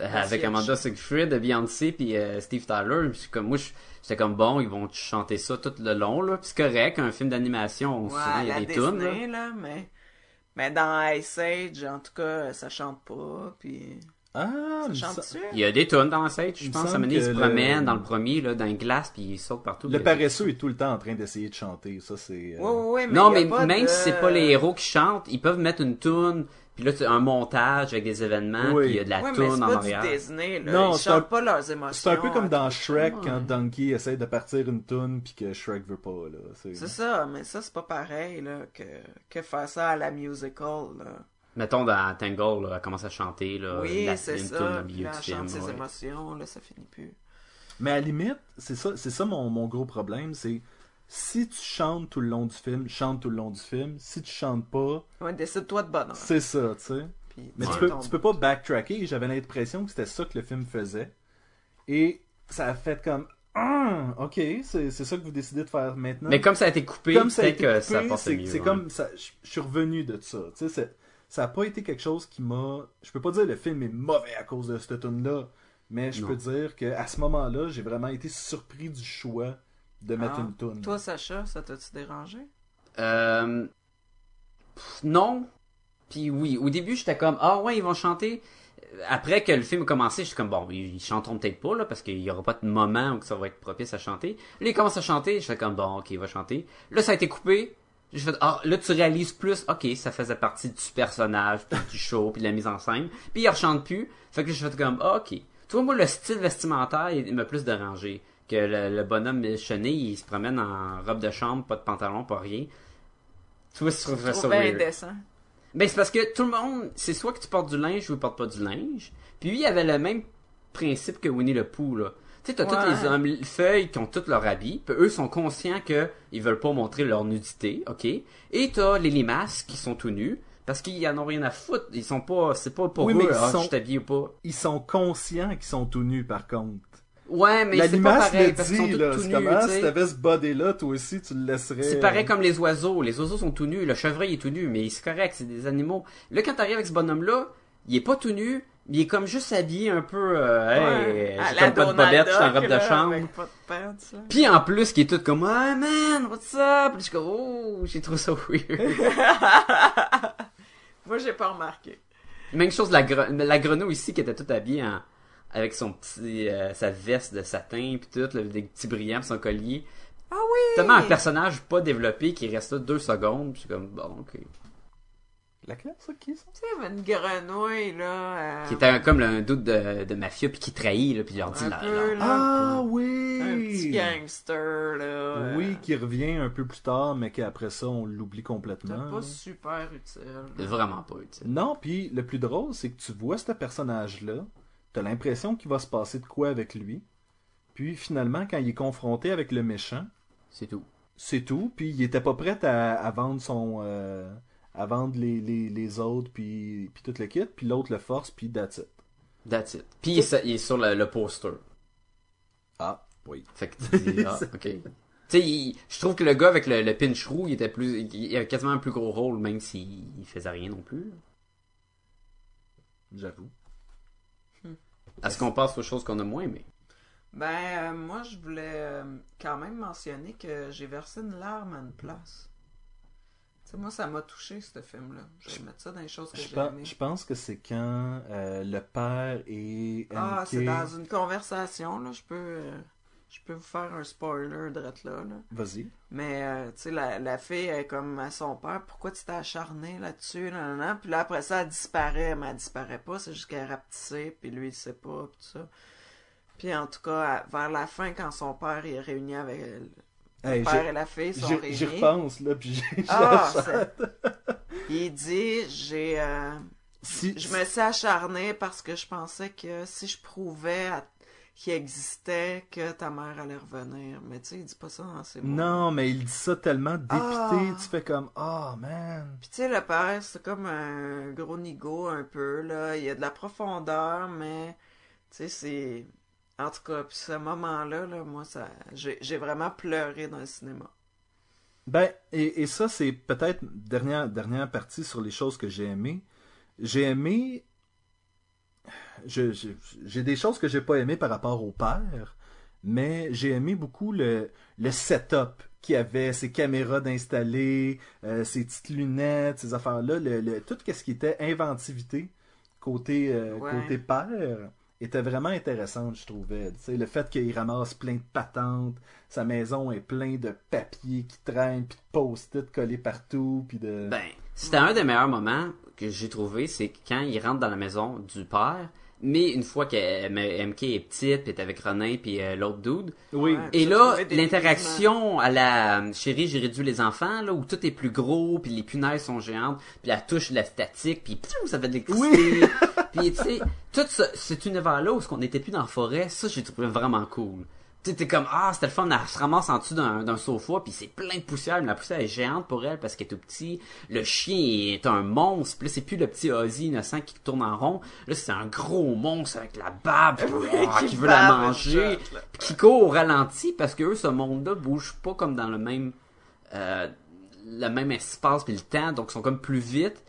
Euh, Merci, Avec Amanda Siegfried, Beyoncé, puis euh, Steve Tyler, je suis comme, moi, je- j'étais comme, bon, ils vont chanter ça tout le long, là. Puis c'est correct, un film d'animation, Ouais, souvent, il y a la des Disney, tunes, là. là, mais... Mais dans Ice Age, en tout cas, ça chante pas, puis... Ah, Ça mais ça- chante-tu? Il y a des tonnes dans Sage, je me pense. semble À un moment donné, il se que le- promène dans le premier, là, dans une glace, puis il saute partout. le puis- paresseux est tout le temps en train d'essayer de chanter. Ça, c'est. euh, Oui, oui, oui, mais Non, il y a mais pas même de- si c'est pas les héros qui chantent, ils peuvent mettre une toune, puis là, tu un montage avec des événements, Oui. puis il y a de la Ouais, mais c'est toune en pas du arrière. Disney, là. Non, Ils c'est un- chantent pas leurs émotions. C'est un peu comme hein. dans Shrek quand Donkey essaie de partir une toune puis que Shrek veut pas. Là. C'est- C'est ça, mais ça, c'est pas pareil, là, que, que faire ça à la musical, là. Mettons dans Tangle, là, elle commence à chanter, là, oui, Euh, la- c'est une toune ça. au Puis milieu là, du elle film. chante ses ouais. émotions, là, ça finit plus. Mais à la limite, c'est ça, c'est ça mon, mon gros problème, c'est si tu chantes tout le long du film, chante tout le long du film. Si tu chantes pas, Ouais, décide-toi de bonheur. c'est ça, tu sais. Puis, Mais tiens tu, peux, ton- tu peux pas backtracker. J'avais l'impression que c'était ça que le film faisait. Et ça a fait comme. Ah, ok, c'est c'est ça que vous décidez de faire maintenant. Mais comme ça a été coupé, Comme ça a peut-être été que coupé, ça passe c'est mieux. hein. c'est ouais. comme ça. Je je suis revenu de ça. Tu sais, c'est- ça a pas été quelque chose qui m'a. Je peux pas dire le film est mauvais à cause de cette tune là, mais je Non. peux dire que à ce moment-là, j'ai vraiment été surpris du choix de mettre Ah. une tune. Toi, Sacha, ça t'a-tu dérangé? Euh, pff, non. Puis oui, au début, j'étais comme, ah ouais, ils vont chanter. Après que le film a commencé, j'étais comme, bon, ils ils chanteront peut-être pas, là, parce qu'il y aura pas de moment où ça va être propice à chanter. Là, ils commencent à chanter, j'étais comme, bon, ok, il va chanter. Là, ça a été coupé. J'ai fait, ah, là, tu réalises plus, ok, ça faisait partie du personnage, puis du show, puis de la mise en scène. Puis ils rechantent plus. Fait que là, j'ai fait comme, ah, ok. Tu vois, moi, le style vestimentaire, il m'a plus dérangé. Que le, le bonhomme chenille, il se promène en robe de chambre, pas de pantalon, pas rien. Tu vois, je trouvais ça Trop bien weird. indécent. Ben, c'est parce que tout le monde, c'est soit que tu portes du linge ou tu portes pas du linge. Puis lui, il avait le même principe que Winnie le Pooh, là. Tu sais, t'as Ouais. tous les hommes feuilles qui ont tous leur habit. Puis eux sont conscients que ils veulent pas montrer leur nudité, ok? Et t'as les limaces qui sont tout nus. Parce qu'ils en ont rien à foutre. Ils sont pas, c'est pas pour Oui, eux, mais ils ah, sont- je t'habille ou pas. Ils sont conscients qu'ils sont tout nus, par contre. Ouais, mais La c'est pas limace pareil, le parce qu'ils sont dit, tous là. tout C'est nus, comme, ah, tu sais. si t'avais ce body-là, toi aussi, tu le laisserais. Euh. euh, C'est pareil comme les oiseaux. Les oiseaux sont tout nus. Le chevreuil est tout nu, mais c'est correct, c'est des animaux. Là, quand t'arrives avec ce bonhomme-là, il est pas tout nu, mais il est comme juste habillé un peu. Euh, Ouais. hey, À j'ai la comme pas de Donald bobette, je suis en robe Duck, de là, chambre. avec pas de pants, là. Puis en plus, qui est tout comme Ah man, what's up? Puis je suis comme Oh, j'ai trouvé ça weird. Moi, j'ai pas remarqué. Même chose, la, gre- la grenouille ici qui était toute habillée en- avec son petit, euh, sa veste de satin, puis tout, là, des petits brillants, puis son collier. Ah oui! Tellement un personnage pas développé qui reste là deux secondes, puis je suis comme Bon, ok. La classe, ça, qui ça? Tu sais, il y avait une grenouille, là. euh, qui était un- comme le- un doute de, de mafieux puis qui trahit là, puis il leur dit un là, peu, là. là. Ah oui! Un petit gangster, là. euh, Oui, qui revient un peu plus tard, mais qu'après ça, on l'oublie C'était complètement. pas super utile. vraiment pas utile. Non, puis le plus drôle, c'est que tu vois ce personnage-là, t'as l'impression qu'il va se passer de quoi avec lui, puis finalement, quand il est confronté avec le méchant, C'est tout. c'est tout, puis il était pas prêt à, à vendre son... euh, à vendre les, les, les autres, puis, puis tout le kit, puis l'autre le force, puis that's it. That's it. Puis il, est sa- il est sur le, le poster. Ah, oui. Fait que tu te dis ah, ok. Tu sais, il- je trouve que le gars avec le, le pinch roux, il était plus, il avait quasiment un plus gros rôle même s'il il faisait rien non plus. là. J'avoue. À ce qu'on passe aux choses qu'on a moins mais Ben, euh, moi, je voulais euh, quand même mentionner que j'ai versé une larme à une place. Tu sais, moi, ça m'a touché, ce film-là. Je vais mettre ça dans les choses que Je, j'ai pen- aimées. je pense que c'est quand euh, le père et Ah, NK- c'est dans une conversation, là. Je peux, euh, je peux vous faire un spoiler de là, là. Vas-y. Mais, euh, tu sais, la, la fille, elle est comme à son père, pourquoi tu t'es acharné là-dessus, nan, nan, nan. Puis là, après ça, elle disparaît, mais elle disparaît pas, c'est juste qu'elle est rapetissée, puis lui, il sait pas, puis tout ça. Puis en tout cas, à- vers la fin, quand son père est réuni avec le Hey, père j'ai- et la fille, sont j'y- réunis. J'y repense, là, puis j'ai... Ah, c'est- il dit, j'ai, euh, Si- je me suis acharnée parce que je pensais que si je prouvais à- qu'il existait, que ta mère allait revenir. Mais tu sais, il dit pas ça dans ses mots. Non, mais il dit ça tellement dépité, Ah. tu fais comme oh man. Puis tu sais, le père, c'est comme un gros nigo un peu, là. Il y a de la profondeur, mais tu sais, c'est... En tout cas, puis ce moment-là, là, moi, ça, j'ai j'ai vraiment pleuré dans le cinéma. Ben et, et ça c'est peut-être dernière dernière partie sur les choses que j'ai aimées. J'ai aimé je- je- j'ai des choses que j'ai pas aimées par rapport au père, mais j'ai aimé beaucoup le le setup qui avait ses caméras d'installer, euh, ses petites lunettes, ces affaires-là, le, le- tout ce qui était inventivité côté, euh, Ouais. côté père était vraiment intéressante, je trouvais. Tu sais, le fait qu'il ramasse plein de patentes, sa maison est pleine de papiers qui traînent, puis de post-it collés partout, puis de... Ben, c'était un des meilleurs moments que j'ai trouvé, c'est quand il rentre dans la maison du père, mais une fois que M- MK est petite, puis est avec Ronin, puis euh, l'autre dude. oui, Ouais. Et Ça, là, ça va être des l'interaction à la euh, chérie, j'ai réduit les enfants, là, où tout est plus gros, puis les punaises sont géantes, puis la touche de la statique, puis pfiou, ça fait de l'électricité. puis tu sais, tout ce, cet univers-là où ce qu'on n'était plus dans la forêt, ça j'ai trouvé vraiment cool. Tu sais, t'es comme, ah, c'était le fun, elle se ramasse en dessous d'un d'un sofa, puis c'est plein de poussière, mais la poussière est géante pour elle parce qu'elle est tout petit. Le chien est un monstre, puis là, c'est plus le petit Ozzy innocent qui tourne en rond. Là, c'est un gros monstre avec la barbe, puis ah, qui veut la bave, manger shot, là. puis qui court au ralenti parce que eux, ce monde-là bouge pas comme dans le même euh, le même espace puis le temps, donc ils sont comme plus vite.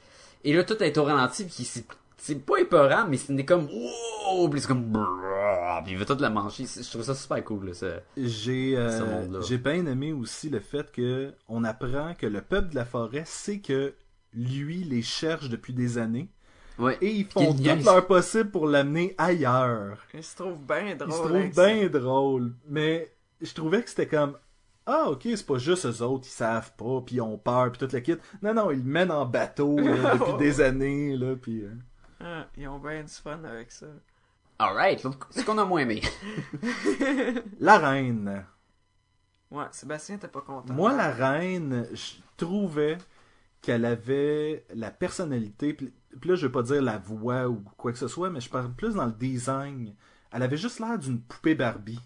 Et là, tout est au ralenti puis c'est c'est pas épeurant, mais c'est comme wow, puis c'est comme brrr, puis il veut tout le manger. C'est- Je trouve ça super cool là, ça. J'ai euh, Ce monde-là. j'ai bien aimé aussi le fait que on apprend que le peuple de la forêt sait que lui les cherche depuis des années Ouais. et ils font Qu'il tout niaise. leur possible pour l'amener ailleurs. Il se trouve bien Ils drôle. se trouvent avec ça. bien drôle, mais je trouvais que c'était comme ah ok c'est pas juste eux autres ils savent pas puis ils ont peur puis tout le kit. Non non ils le mènent en bateau là, depuis des années là puis euh. Ah, ils ont bien du fun avec ça. Alright, l'autre- ce qu'on a moins aimé. la reine. Ouais, Sébastien, t'es pas content. Moi, la reine, je trouvais qu'elle avait la personnalité. Puis puis là, je veux pas dire la voix ou quoi que ce soit, mais je parle plus dans le design. Elle avait juste l'air d'une poupée Barbie.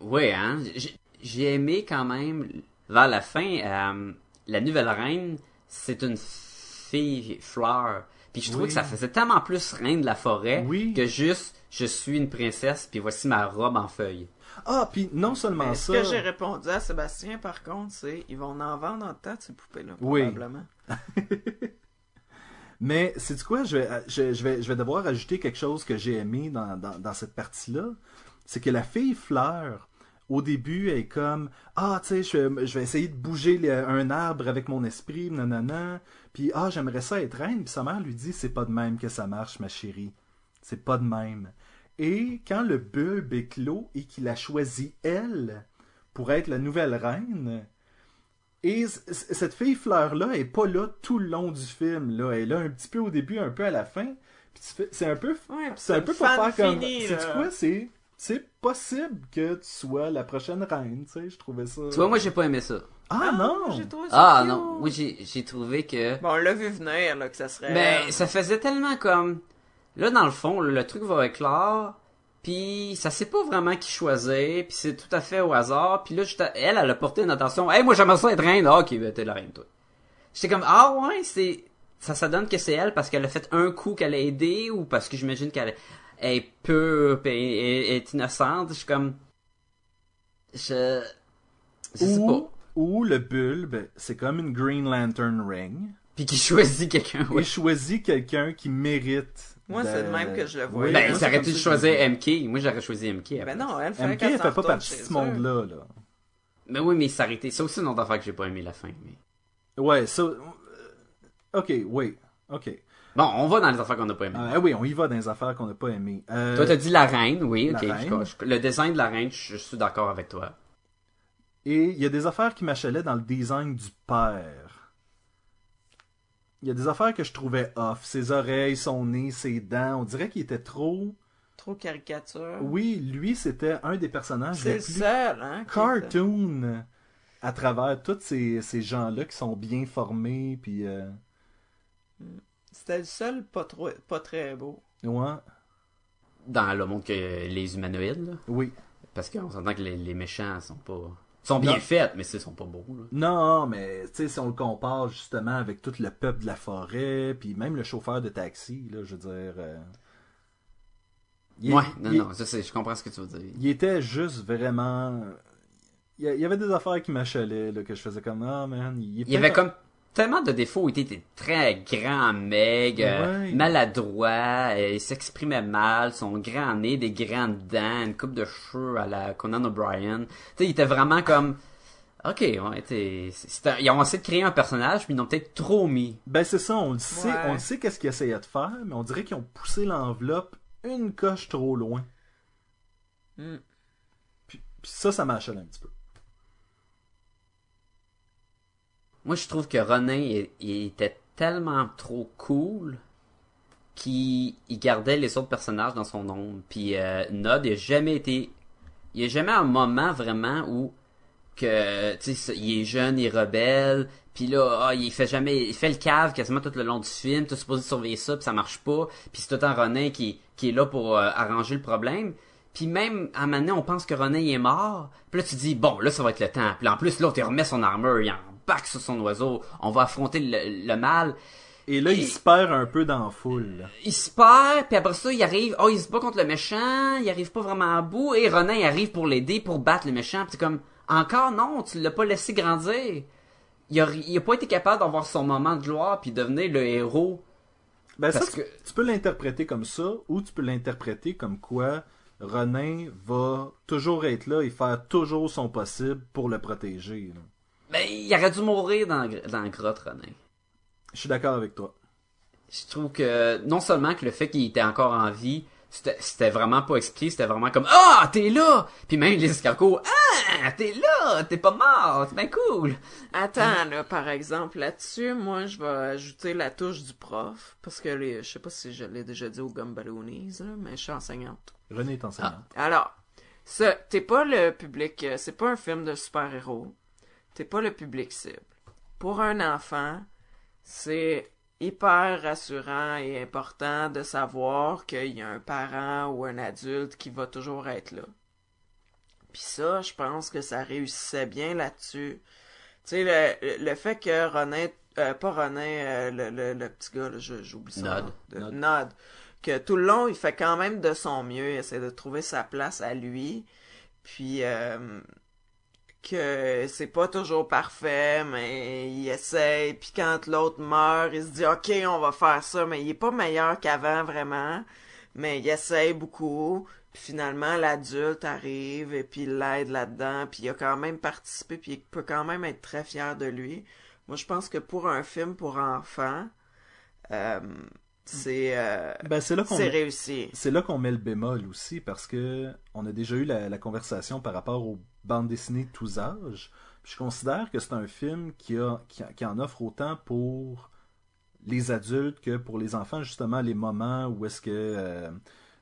Ouais, hein. J'ai- J'ai aimé quand même vers la fin euh, la nouvelle reine, c'est une fille fleur. Puis je trouve Oui. que ça faisait tellement plus reine de la forêt Oui. que juste je suis une princesse puis voici ma robe en feuille. Ah, puis non seulement Mais ce ça. que j'ai répondu à Sébastien, par contre, c'est ils vont en vendre en temps de ces poupées-là, Oui. probablement. Mais c'est du quoi, je vais, euh, je, je vais, je vais devoir ajouter quelque chose que j'ai aimé dans, dans, dans cette partie-là. C'est que la fille fleur, au début, elle est comme Ah, tu sais, je, je vais essayer de bouger le- un arbre avec mon esprit, nanana. Puis Ah, j'aimerais ça être reine. Puis sa mère lui dit C'est pas de même que ça marche, ma chérie. C'est pas de même. Et quand le bulbe est clos et qu'il a choisi elle pour être la nouvelle reine, et c- c- cette fille fleur-là est pas là tout le long du film. Là. Elle est là un petit peu au début, un peu à la fin. Puis tu fais- c'est un peu, Ouais, puis c'est un une peu pour fan faire comme. finie, C'est là. quoi C'est c'est possible que tu sois la prochaine reine. Tu sais, je trouvais ça. Tu vois, moi j'ai pas aimé ça. ah, non. J'ai trouvé ça Ah cute. non, oui j'ai j'ai trouvé que Bon, on l'a vu venir, là, que ça serait. Euh. euh, ben ça faisait tellement comme là dans le fond le truc va éclore puis ça sait pas vraiment qui choisir puis c'est tout à fait au hasard puis là j'étais- elle elle a porté une attention. Hey moi j'aimerais ça être reine. Ah, OK, ben, t'es la reine toi. J'étais comme ah ouais, c'est ça ça donne que c'est elle parce qu'elle a fait un coup qu'elle a aidé ou parce que j'imagine qu'elle elle est pure pis elle- elle est innocente, je suis comme je je sais pas. Ou, ou le bulbe, c'est comme une Green Lantern Ring. Puis qui choisit quelqu'un. Et ouais. choisit quelqu'un qui mérite. Moi, de- c'est de même que je le vois. Oui, Ben, moi, ça c'est aurait comme pu ça que je choisir le vois. MK. Moi, j'aurais choisi MK. après. Ben non, elle fait MK, qu'elle elle s'en fait pas retourne partie de chez ce eux. monde-là. Là. Mais oui, mais ça aurait été. Ça aussi, c'est une autre affaire que j'ai pas aimé la fin. mais- Ouais, ça. euh, Ok, oui. Ok. Bon, on va dans les affaires qu'on n'a pas aimées. Ah oui, on y va dans les affaires qu'on n'a pas aimées. Euh, Toi, t'as dit la reine, oui, La ok. je- reine. je- le design de la reine, je, je suis d'accord avec toi. Et il y a des affaires qui m'achalaient dans le design du père. Il y a des affaires que je trouvais off. Ses oreilles, son nez, ses dents. On dirait qu'il était trop. Trop caricature. Oui, lui, c'était un des personnages C'est les le plus seul, hein. qui était- cartoon à travers tous ces, ces gens-là qui sont bien formés. Puis. euh, C'était le seul pas, trop... pas très beau. ouais, Dans le monde que les humanoïdes, là. oui. Parce qu'on s'entend que les, les méchants sont pas. sont bien Non. faits, mais c'est- ils sont pas beaux, là. Non, mais tu sais, si on le compare justement avec tout le peuple de la forêt, puis même le chauffeur de taxi, là, je veux dire. euh, il- ouais, non, il- non, ça, c'est- je comprends ce que tu veux dire. Il était juste vraiment. Il y a- il y avait des affaires qui m'achalaient, là, que je faisais comme Ah, man. Il, est Il y avait peut-être- comme tellement de défauts. Il était très grand, meg, euh, Ouais. maladroit, euh, il s'exprimait mal, son grand nez, des grandes dents, une coupe de cheveux à la Conan O'Brien. Tu sais, il était vraiment comme... Ok, ouais, t'es- c'est- c'est un- ils ont essayé de créer un personnage, mais ils l'ont peut-être trop mis. Ben c'est ça, on le sait, Ouais. on le sait qu'est-ce qu'ils essayaient de faire, mais on dirait qu'ils ont poussé l'enveloppe une coche trop loin. Hmm. Puis, puis ça, ça m'achète un petit peu. Moi, je trouve que Ronin, il, il était tellement trop cool qu'il il gardait les autres personnages dans son ombre. Puis euh, Nod, il a jamais été... Il n'y a jamais un moment vraiment où que, tu sais, il est jeune, il est rebelle, puis là, ah, il fait jamais... Il fait le cave quasiment tout le long du film, t'es supposé surveiller ça, puis ça marche pas. Puis c'est tout le temps Ronin qui, qui est là pour euh, arranger le problème. Puis même, à un moment donné, on pense que Ronin il est mort. Puis là, tu dis, bon, là, ça va être le temps. Puis là, en plus, l'autre, il remet son armure, il embarque sur son oiseau. On va affronter le, le mal. Et là, Et- ils se perdent un peu dans la foule. là. Il se perd, puis après ça, il arrive, oh, il se bat contre le méchant, il arrive pas vraiment à bout. Et Ronin, il arrive pour l'aider, pour battre le méchant. Puis t'es comme, encore non, tu l'as pas laissé grandir. Il a, il a pas été capable d'avoir son moment de gloire, puis devenir le héros. Ben Parce ça, tu- que- tu peux l'interpréter comme ça, ou tu peux l'interpréter comme quoi Ronin va toujours être là et faire toujours son possible pour le protéger. là. Ben, il aurait dû mourir dans, la gr- dans la grotte, Ronin. Je suis d'accord avec toi. je trouve que non seulement que le fait qu'il était encore en vie, c'était c'était vraiment pas expliqué, c'était vraiment comme Ah, t'es là! Puis même les escargots, Ah, t'es là! T'es pas mort! C'est bien cool! Attends, là, par exemple, là-dessus, moi, je vais ajouter la touche du prof, parce que les, je sais pas si je l'ai déjà dit aux Gumballoonies, là, mais je suis enseignante. René est enseignant. Alors, ça, t'es pas le public, euh, c'est pas un film de super-héros, t'es pas le public cible. Pour un enfant, c'est hyper rassurant et important de savoir qu'il y a un parent ou un adulte qui va toujours être là. Puis ça, je pense que ça réussissait bien là-dessus. Tu sais, le, le fait que Ronin, euh, pas Ronin, euh, le, le- le petit gars, là, je- j'oublie son Nod. nom. De- Nod. Nod. Que tout le long, il fait quand même de son mieux, il essaie de trouver sa place à lui. Puis euh, que c'est pas toujours parfait, mais il essaie. Puis quand l'autre meurt, il se dit OK, on va faire ça, mais il est pas meilleur qu'avant vraiment. Mais il essaie beaucoup. Puis finalement, l'adulte arrive et puis il l'aide là-dedans. Puis il a quand même participé, puis il peut quand même être très fier de lui. Moi, je pense que pour un film pour enfants, euh, c'est euh, Ben c'est là qu'on c'est réussi. C'est là qu'on met le bémol aussi, parce que on a déjà eu la, la conversation par rapport aux bandes dessinées de tous âges. Puis je considère que c'est un film qui, a, qui, qui en offre autant pour les adultes que pour les enfants, justement, les moments où est-ce que euh,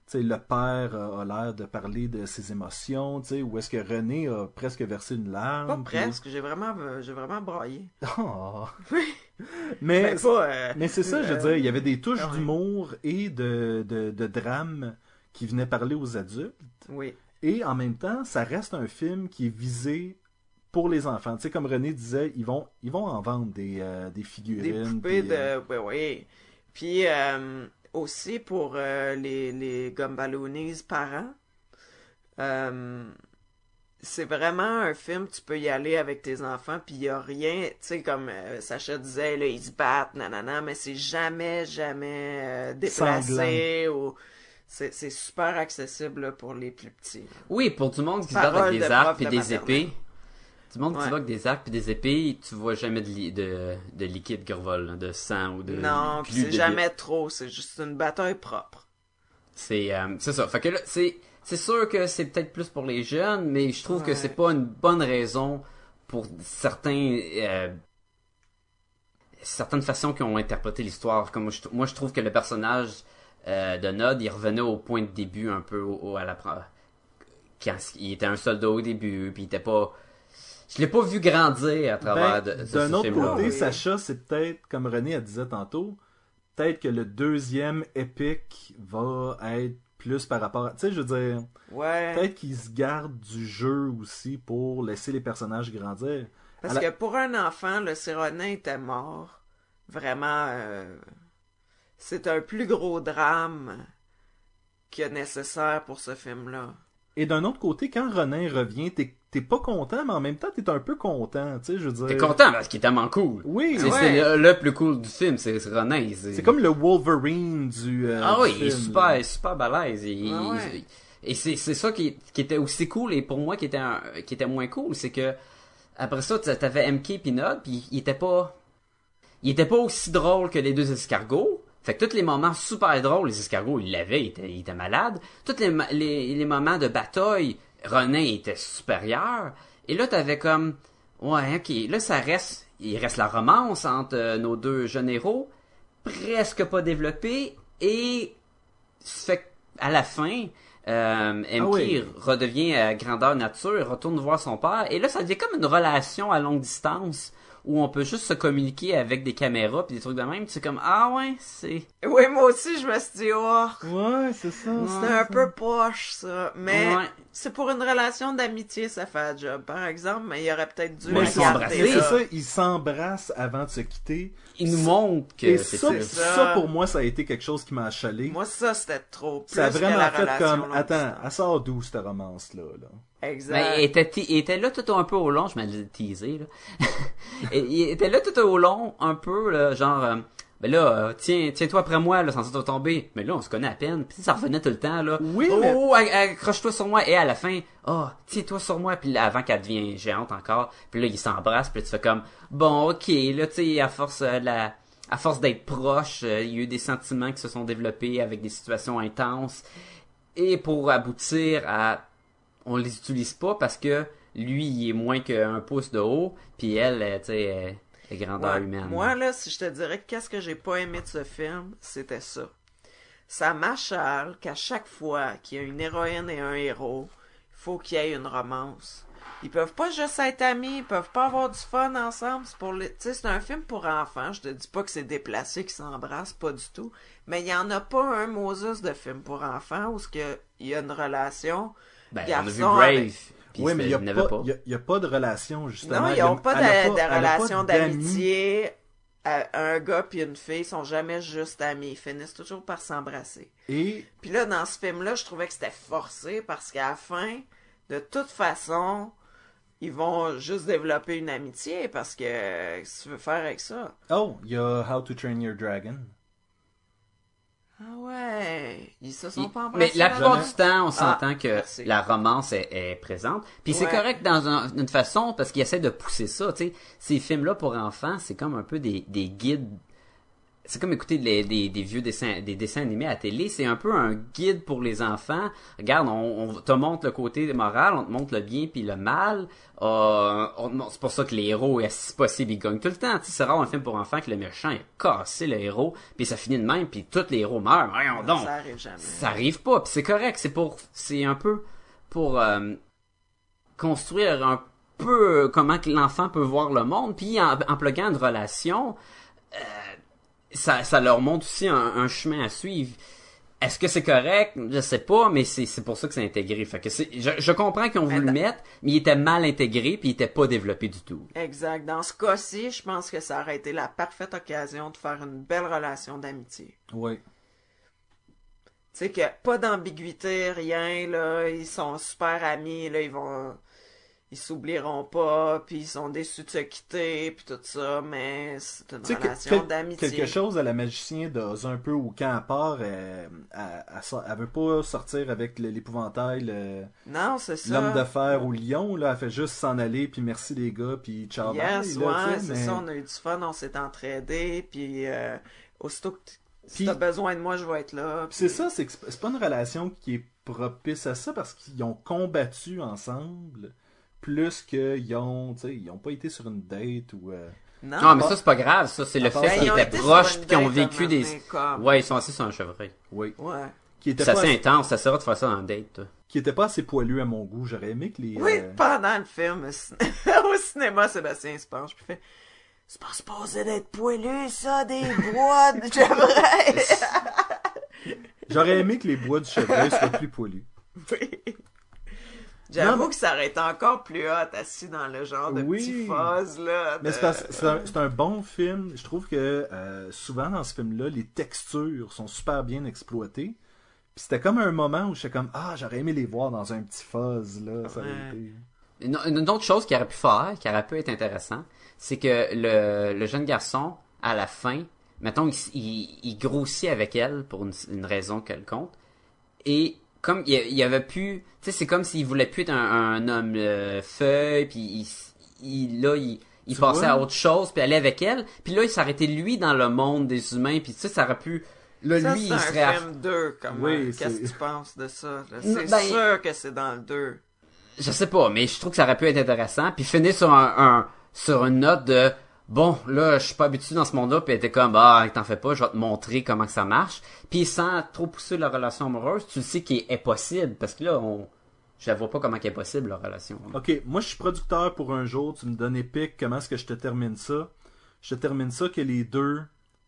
tu sais, le père a, a l'air de parler de ses émotions, tu sais, où est-ce que René a presque versé une larme. Pas puis- presque, j'ai vraiment, euh, j'ai vraiment braillé. Oh. Mais Mais pas, euh, mais c'est ça, je veux euh, dire, il y avait des touches ouais. d'humour et de, de, de drame qui venaient parler aux adultes. Oui. Et en même temps, ça reste un film qui est visé pour les enfants. Tu sais, comme René disait, ils vont, ils vont en vendre des, euh, Des des figurines. poupées puis, de. euh, Oui, oui. Puis euh, aussi pour euh, les, les Gumballoonies parents, euh, c'est vraiment un film, tu peux y aller avec tes enfants, puis il n'y a rien, tu sais, comme euh, Sacha disait, là, ils se battent, nanana, mais c'est jamais, jamais euh, déplacé ou. C'est c'est super accessible là, pour les plus petits. Oui, pour du monde qui se bat Parole avec des de arcs prof et de des maternelle. épées. Du monde qui se Ouais. bat avec des arcs et des épées, tu vois jamais de, li- de, de liquide qui revole, hein, de sang ou de. non, Euh, puis plus c'est de- jamais trop, c'est juste une bataille propre. C'est euh, c'est ça. Fait que là, c'est c'est sûr que c'est peut-être plus pour les jeunes, mais je trouve que Ouais. c'est pas une bonne raison pour certains euh, certaines façons qui ont interprété l'histoire. Comme je, moi, je trouve que le personnage euh, de Nod, il revenait au point de début un peu au, au- à la pre- quand il était un soldat au début, puis il était pas. Je l'ai pas vu grandir à travers ben, Ah, de, de D'un ce autre film-là. côté, Oui. Sacha, c'est peut-être, comme René elle disait tantôt, peut-être que le deuxième épique va être plus par rapport à... Tu sais, je veux dire, Ouais. peut-être qu'ils se gardent du jeu aussi pour laisser les personnages grandir. Parce À la- que pour un enfant, le Sironin était mort. Vraiment, euh, c'est un plus gros drame que nécessaire pour ce film-là. Et d'un autre côté, quand Ronin revient, t'es t'es pas content, mais en même temps, t'es un peu content, tu sais, je veux dire... T'es content parce qu'il est tellement cool. Oui, C'est ouais. c'est le, le plus cool du film, c'est c'est Ronin. c'est comme le Wolverine du... euh, Ah du oui, il est film, super, là. il est super balèze. Il- il- Ah ouais. il- et c'est c'est ça qui, qui était aussi cool et pour moi qui était, un- qui était moins cool, c'est que Après ça, t'a- t'avais MK Pinot, puis il était pas. Il était pas aussi drôle que les deux escargots. Fait que tous les moments super drôles, les escargots, ils l'avaient, ils étaient, ils étaient malades. Tous les, ma- les, les moments de bataille, René était supérieur. Et là, t'avais comme. Ouais, ok. Là, ça reste. Il reste la romance entre euh, nos deux jeunes héros, presque pas développée, et ça fait à la fin, euh, MK Ah oui. redevient euh, grandeur nature, retourne voir son père, et là, ça devient comme une relation à longue distance où on peut juste se communiquer avec des caméras puis des trucs de même. C'est comme ah ouais, c'est Oui, moi aussi, je me suis dit, oh, Ouais, c'est ça. c'est un peu poche, ça. Mais Ouais. c'est pour une relation d'amitié, ça fait un job, par exemple, mais il aurait peut-être dû Mais Mais la c'est ils garder. s'embrassaient. mais c'est là. ça, ils s'embrassent avant de se quitter. il nous montre que Et c'est ça, ça. ça. ça, pour moi, ça a été quelque chose qui m'a achalé. Moi, ça, c'était trop. Plus ça a que vraiment la fait relation comme, longue attends, distance. elle sort d'où cette romance-là? Là? Exact. Mais Ben, il était, il était là tout un peu au long, je m'en ai teasé, là. Et il était là tout au long, un peu, là, genre, euh, ben là, euh, tiens, tiens-toi après moi, là, sans ça t'as tombé. Mais là, on se connaît à peine. Puis ça revenait tout le temps, là. Oui, oh, mais- oh, ag- accroche-toi sur moi. Et à la fin, oh, tiens-toi sur moi. Puis là, avant qu'elle devienne géante encore, puis là, il s'embrasse, puis là, tu fais comme, bon, ok, là, tu sais, à force euh, de la... À force d'être proche, euh, il y a eu des sentiments qui se sont développés avec des situations intenses. Et pour aboutir à on les utilise pas parce que lui il est moins qu'un pouce de haut puis elle euh, tu sais elle est grandeur Ouais. humaine Moi, là, si je te dirais qu'est-ce que j'ai pas aimé de ce film, c'était ça. Ça m'achale qu'à chaque fois qu'il y a une héroïne et un héros, il faut qu'il y ait une romance. Ils peuvent pas juste être amis, ils peuvent pas avoir du fun ensemble. C'est pour les... tu sais, c'est un film pour enfants. Je te dis pas que c'est déplacé, qu'ils s'embrassent, pas du tout. Mais il y en a pas un Moses de film pour enfants où ce que il y a une relation. ben, on a vu garçon Brave avec- puis Oui, mais il il n'y n'y a, avait pas- pas y a- y a pas de relation, justement. Non, Il ils y a- n'ont pas elle a de, de elle a pas relation d'amis. d'amitié. À- Un gars puis une fille sont jamais juste amis. Ils finissent toujours par s'embrasser. Et Puis là, dans ce film-là, je trouvais que c'était forcé parce qu'à la fin, de toute façon, ils vont juste développer une amitié parce que euh, qu'est-ce que tu veux faire avec ça? Oh, il y a How to Train Your Dragon. Ah ouais, ils se sont Il- pas mais embrassés. la là-dedans. plupart du temps, on s'entend que merci. la romance est, est présente. Puis c'est Ouais. correct dans un- une façon parce qu'ils essaient de pousser ça. tu sais. Ces films-là pour enfants, c'est comme un peu des, des guides. C'est comme écouter les- des, des vieux dessins, des dessins animés à télé. C'est un peu un guide pour les enfants. Regarde, on, on te montre le côté moral, on te montre le bien puis le mal. Euh, on te montre- c'est pour ça que les héros, si possible, ils gagnent tout le temps. Tu sais, C'est rare un film pour enfants que le méchant est cassé le héros, puis ça finit de même, puis tous les héros meurent. Voyons donc. Ça arrive jamais. Ça arrive pas, puis c'est correct, c'est pour c'est un peu pour euh, construire un peu euh, comment que l'enfant peut voir le monde, puis en, en pluguant une relation, euh, ça, ça leur montre aussi un, un chemin à suivre. Est-ce que c'est correct? Je sais pas, mais c'est c'est pour ça que c'est intégré. Fait que c'est- je, je comprends qu'ils ont voulu le dans- mettre, mais il était mal intégré puis il était pas développé du tout. Exact. Dans ce cas-ci, je pense que ça aurait été la parfaite occasion de faire une belle relation d'amitié. Oui. Tu sais que pas d'ambiguïté, rien, là, ils sont super amis, là, ils vont ils s'oublieront pas, puis ils sont déçus de se quitter, puis tout ça, mais c'est une Tu sais, que- relation quel- d'amitié. quelque chose à la magicien d'Oz un peu, ou quand elle part, euh, elle, elle- elle sort- elle veut pas sortir avec le- l'épouvantail, le- Non, c'est ça. l'homme de fer ou lion, là, elle fait juste s'en aller, puis merci les gars, puis ciao, Yes, bye, là, ouais, tu sais, c'est mais- ça, on a eu du fun, on s'est entraidés, puis euh, aussitôt que t- si Puis- t'as besoin de moi, je vais être là. Puis C'est ça, c'est que c'est c'est pas une relation qui est propice à ça, parce qu'ils ont combattu ensemble, plus qu'ils ont, tu sais, ils ont pas été sur une date, ou... euh, Non, Non, Ah, mais ça c'est pas grave, ça c'est le Ah, fait ben, qu'ils ils ont étaient été sur proches une puis qu'ils ont date à un vécu moment des donné, comme. ouais ils sont assis sur un chevreuil. Oui. Ouais. Qui était, C'est pas assez assez, intense, ça sert de faire ça en date. toi. qui était pas assez poilu à mon goût, j'aurais aimé que les... Oui, euh, pendant le film, au cin- au cinéma, Sébastien se penche, puis fait C'est pas supposé d'être poilu, ça, des bois de chevreuil! J'aurais aimé que les bois du chevreuil soient plus poilus. Oui. J'avoue Non, mais- que ça aurait été encore plus hot, assis dans le genre de Oui. petit fuzz, là. Mais de- c'est parce- c'est un, c'est un bon film. Je trouve que euh, souvent dans ce film-là, les textures sont super bien exploitées. Puis c'était comme un moment où j'étais comme Ah, j'aurais aimé les voir dans un petit fuzz. Là, ça aurait Ouais. été- Une, une autre chose qu'il aurait pu faire, qui aurait pu être intéressant, c'est que le, le jeune garçon, à la fin, mettons, il, s- il, il grossit avec elle pour une, une raison quelconque, et comme il, il avait pu, tu sais, c'est comme s'il voulait plus être un, un homme euh, feuille, puis il, s- il, là, il, il Tu passait vois? à autre chose, puis allait avec elle. Puis là, il s'arrêtait, lui, dans le monde des humains. Puis tu sais, ça aurait pu... Là, Ça, lui, c'est il un serait... à- film 2, comment? Oui, Qu'est-ce c'est- que tu penses de ça? là? Non, C'est ben- sûr que c'est dans le 2. Je sais pas, mais je trouve que ça aurait pu être intéressant. Puis finir sur un, un- sur une note de bon, là, je suis pas habitué dans ce monde-là. Puis elle était comme ah, t'en fais pas, je vais te montrer comment que ça marche. Puis sans trop pousser la relation amoureuse, tu le sais qu'il est possible parce que là, on, je la vois pas comment qu'elle est possible la relation. Ok, moi je suis producteur pour un jour, tu me donnes épique, comment est-ce que je te termine ça? Je te termine ça que les deux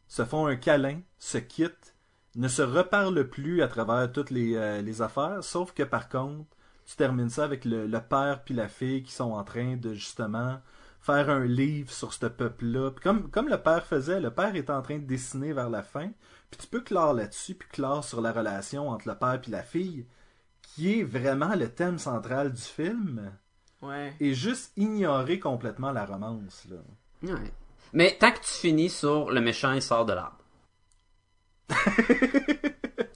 se font un câlin, se quittent, ne se reparlent plus à travers toutes les, euh, les affaires, sauf que par contre, tu termines ça avec le, le père puis la fille qui sont en train de justement faire un livre sur ce peuple-là. Puis Comme, comme le père faisait, le père était en train de dessiner vers la fin, puis tu peux clore là-dessus, puis clore sur la relation entre le père puis la fille, qui est vraiment le thème central du film Ouais. et juste ignorer complètement la romance. Là. Ouais. Mais tant que tu finis sur le méchant, il sort de l'arbre.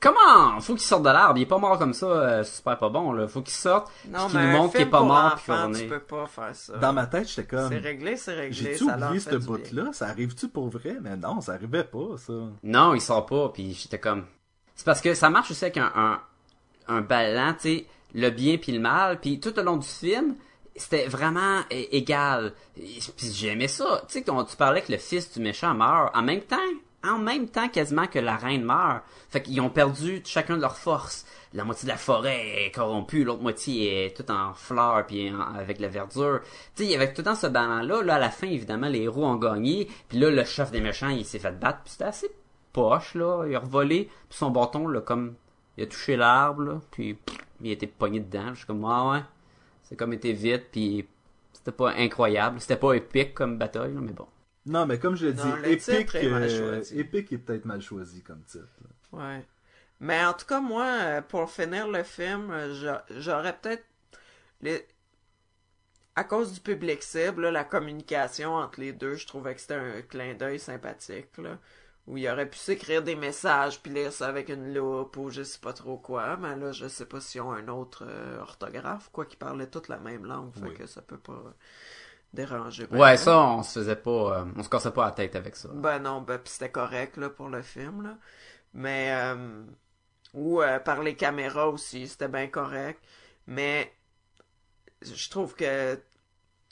Comment? Faut qu'il sorte de l'arbre. Il est pas mort comme ça. euh, c'est super pas bon. Là. Faut qu'il sorte. Non, qu'il mais nous un montre qu'il film est pas pour mort, puis enfants, qu'on est- tu peux pas faire ça. Dans ma tête, j'étais comme. Euh, C'est réglé, c'est réglé. J'ai-tu ça leur oublié fait ce du bien. bout-là Ça arrive-tu pour vrai Mais non, ça arrivait pas, ça. Non, il sort pas, puis j'étais comme... C'est parce que ça marche aussi avec un, un, un ballon, tu sais, le bien puis le mal, puis tout le long du film, c'était vraiment é- égal. Et- Puis j'aimais ça. Tu sais, quand tu parlais que le fils du méchant meurt, en même temps, en même temps quasiment que la reine meurt. Fait qu'ils ont perdu chacun de leurs forces. La moitié de la forêt est corrompue, l'autre moitié est tout en fleurs puis en- avec la verdure. Tu sais, il y avait tout le temps ce ballon-là. Là, à la fin, évidemment, les héros ont gagné. Puis là, le chef des méchants, il s'est fait battre. Puis c'était assez poche, là. Il a revolé, puis son bâton, là, comme. Il a touché l'arbre, là, puis pff, il a été pogné dedans. Je suis comme, ah ouais. C'est comme été vite, puis c'était pas incroyable. C'était pas épique comme bataille, là, mais bon. Non, mais comme je l'ai dit, Non, le épique, titre est mal euh, choisi. épique est peut-être mal choisi comme titre. là. Ouais. Mais en tout cas, moi, euh, pour finir le film, euh, j'a- j'aurais peut-être. les- À cause du public cible, là, la communication entre les deux, je trouvais que c'était un clin d'œil sympathique. Là, où il aurait pu s'écrire des messages puis lire ça avec une loupe ou je sais pas trop quoi. Mais là, je sais pas s'ils ont un autre euh, orthographe, quoi, qui parlait toute la même langue. Fait Oui. que ça peut pas déranger. ben Ouais, ben. ça, on se faisait pas. euh, on se cassait pas la tête avec ça. Ben non, ben pis c'était correct là, pour le film. Là. Mais euh, ou euh, par les caméras aussi, c'était bien correct. Mais je trouve que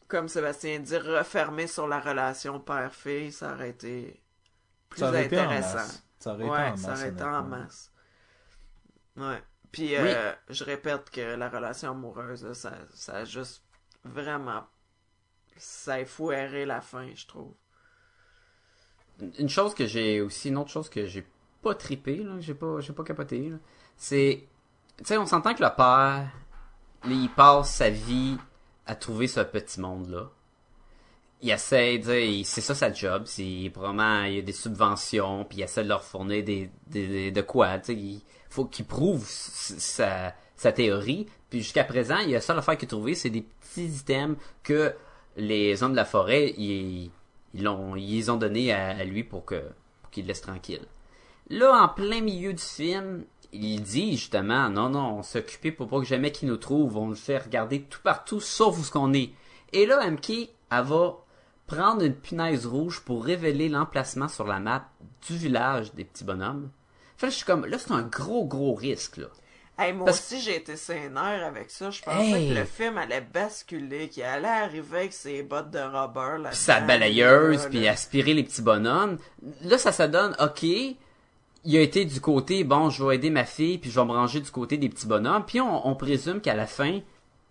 comme Sébastien dit, refermer sur la relation père-fille, ça aurait été plus Ça aurait été en intéressant. masse. Ça aurait ouais, été en masse. ça aurait été en honnêtement. masse. Ouais. Puis euh, je répète que la relation amoureuse, là, ça, ça a juste vraiment ça a foiré la fin, je trouve. Une chose que j'ai aussi, une autre chose que j'ai pas trippé, là, que j'ai pas, j'ai pas capoté, là, c'est, tu sais, on s'entend que le père, il passe sa vie à trouver ce petit monde-là. Il essaie, tu sais, il- c'est ça sa job, c'est probablement, il y a des subventions, puis il essaie de leur fournir des, des, des- de quoi, tu sais, il faut qu'il prouve s- sa, sa théorie, puis jusqu'à présent, il y a seule affaire qu'il a trouvé, c'est des petits items que les hommes de la forêt, ils, ils l'ont, ils les ont donné à, à lui pour que, pour qu'il le laisse tranquille. Là, en plein milieu du film, il dit justement, non, non, on s'occupe pour pas que jamais qu'ils nous trouvent, on le fait regarder tout partout, sauf où ce qu'on est. Et là, MK, elle va prendre une punaise rouge pour révéler l'emplacement sur la map du village des petits bonhommes. Fait que je suis comme, là, c'est un gros, gros risque, là. Hey, moi Parce- aussi, j'ai été sénère avec ça. Je pensais Hey! que le film allait basculer, qu'il allait arriver avec ses bottes de rubber. là Puis sa balayeuse, puis aspirer les petits bonhommes. Là, ça, ça donne, OK, il a été du côté, bon, je vais aider ma fille, puis je vais me ranger du côté des petits bonhommes. Puis on, on présume qu'à la fin,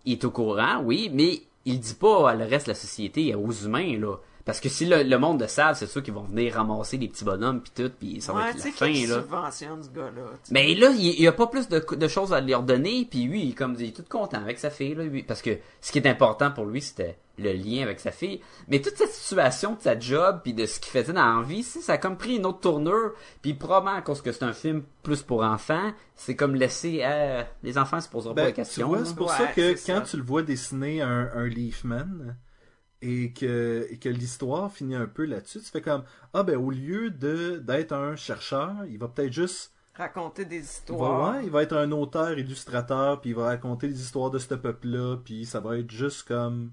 il est au courant, oui, mais il dit pas à le reste de la société, aux humains, là. Parce que si le, le monde le savent, c'est sûr qu'ils vont venir ramasser les petits bonhommes, puis tout, puis ça va Ouais, être tu la sais, fin, qui là. subventionne ce gars-là. tu sais. Mais là, il n'y a pas plus de, co- de choses à leur donner, puis lui, il est comme il est tout content avec sa fille, là, lui, parce que ce qui est important pour lui, c'était le lien avec sa fille. Mais toute cette situation de sa job, puis de ce qu'il faisait dans la vie, c'est- ça a comme pris une autre tournure, puis probablement à cause que c'est un film plus pour enfants, c'est comme laisser euh, les enfants se poseront pas Ben, la tu question. vois, là. c'est pour Ouais, ça que c'est quand ça. tu le vois dessiner un, un Leafman et que, et que l'histoire finit un peu là-dessus, tu fais comme Ah, ben au lieu de d'être un chercheur, il va peut-être juste Raconter des Il va, histoires. ouais, il va être un auteur, illustrateur, puis il va raconter les histoires de ce peuple-là, puis ça va être juste comme. ben,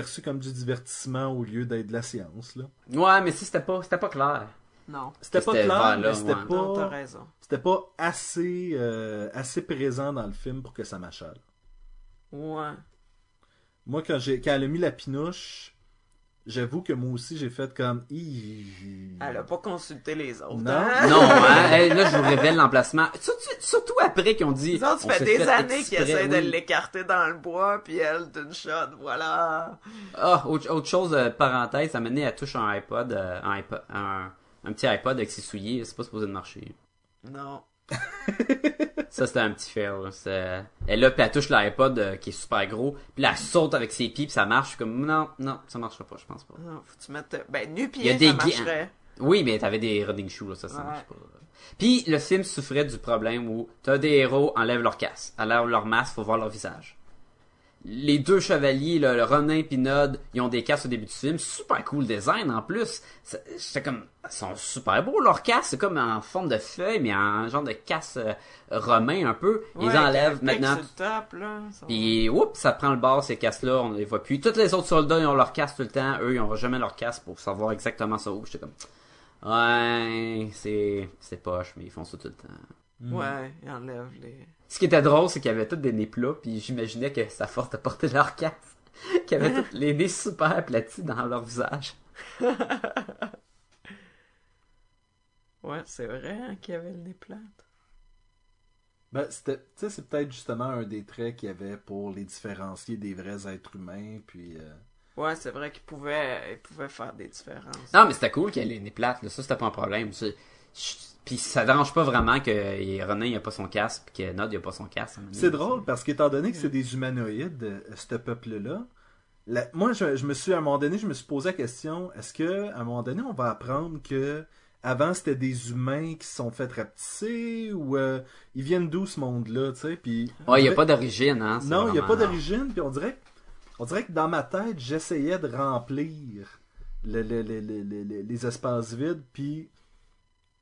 perçu comme du divertissement au lieu d'être de la science. Là. Ouais, mais si c'était pas, c'était pas clair. Non. C'était pas C'était clair, vers mais là, c'était ouais. Non, t'as pas, raison. c'était pas assez, euh, assez présent dans le film pour que ça m'achale. Ouais. Moi, quand, j'ai, quand elle a mis la pinouche, j'avoue que moi aussi, j'ai fait comme... Ih. Elle a pas consulté les autres. Non. hein? Non, hein? Hey, là, je vous révèle l'emplacement. Surtout, surtout après qu'ils ont dit. Les autres, ça on fait s'est des fait années qu'ils exprès, essaient de oui. l'écarter dans le bois, puis elle, d'une shot, voilà. Ah, autre, autre chose, euh, parenthèse, ça menait à touche un iPod, euh, un, iPod un, un petit iPod avec ses souliers, c'est pas supposé de marcher. Non. Ça, c'était un petit fail. là. C'est- euh, Elle là, puis elle touche l'iPod euh, qui est super gros, puis là, elle saute avec ses pieds, puis ça marche. Je suis comme, non, non, ça marchera pas, je pense pas. Non, faut que tu mettes. Ben, Il y a nu-pied, des ça gants. marcherait. Oui, mais t'avais des running shoes, là, ça, ça Ouais. marche pas. là. Puis, le film souffrait du problème où t'as des héros, enlèvent leur casque, enlèvent leur masque, faut voir leur visage. Les deux chevaliers, là, le Ronin et Nod, ils ont des casques au début du film. Super cool design, en plus. Ça- J'étais comme, ils sont super beaux, leurs casques. C'est comme en forme de feuille, mais en genre de casque euh, romain, un peu. Ils Ouais, enlèvent avec maintenant. Sur le top, là. ça- Puis, oups, ça prend le bord, ces casques-là, on les voit plus. Tous les autres soldats, ils ont leur casque tout le temps. Eux, ils n'ont jamais leur casque pour savoir exactement ça où. J'étais comme, ouais, c'est, c'est poche, mais ils font ça tout le temps. Mm. Ouais, il enlève les. Ce qui était drôle, c'est qu'ils avaient tous des nez plats, puis j'imaginais que ça force de porter leur casque. qu'ils avaient tous les nez super aplatis dans leur visage. Ouais, c'est vrai hein, qu'il y avait le nez plate. Ben, c'était, tu sais, c'est peut-être justement un des traits qu'il y avait pour les différencier des vrais êtres humains, puis... euh, Ouais, c'est vrai qu'il pouvait, il pouvait faire des différences. Non, mais c'était cool qu'il y ait les nez plates, là. Ça, c'était pas un problème. C'est- je- Puis, ça dérange pas vraiment que euh, Ronin, il a pas son casque, puis que Nod, il a pas son casque. C'est drôle parce qu'étant donné que c'est des humanoïdes, euh, ce peuple-là, la- moi je, je me suis à un moment donné, je me suis posé la question, est-ce que à un moment donné on va apprendre que avant c'était des humains qui se sont fait rapetisser ou euh, ils viennent d'où ce monde-là, tu sais, puis Ouais, il a pas d'origine, hein. c'est non, il n'y a vraiment- pas d'origine, puis on dirait, on dirait que dans ma tête, j'essayais de remplir le- le- le- le- le- le- les espaces vides, puis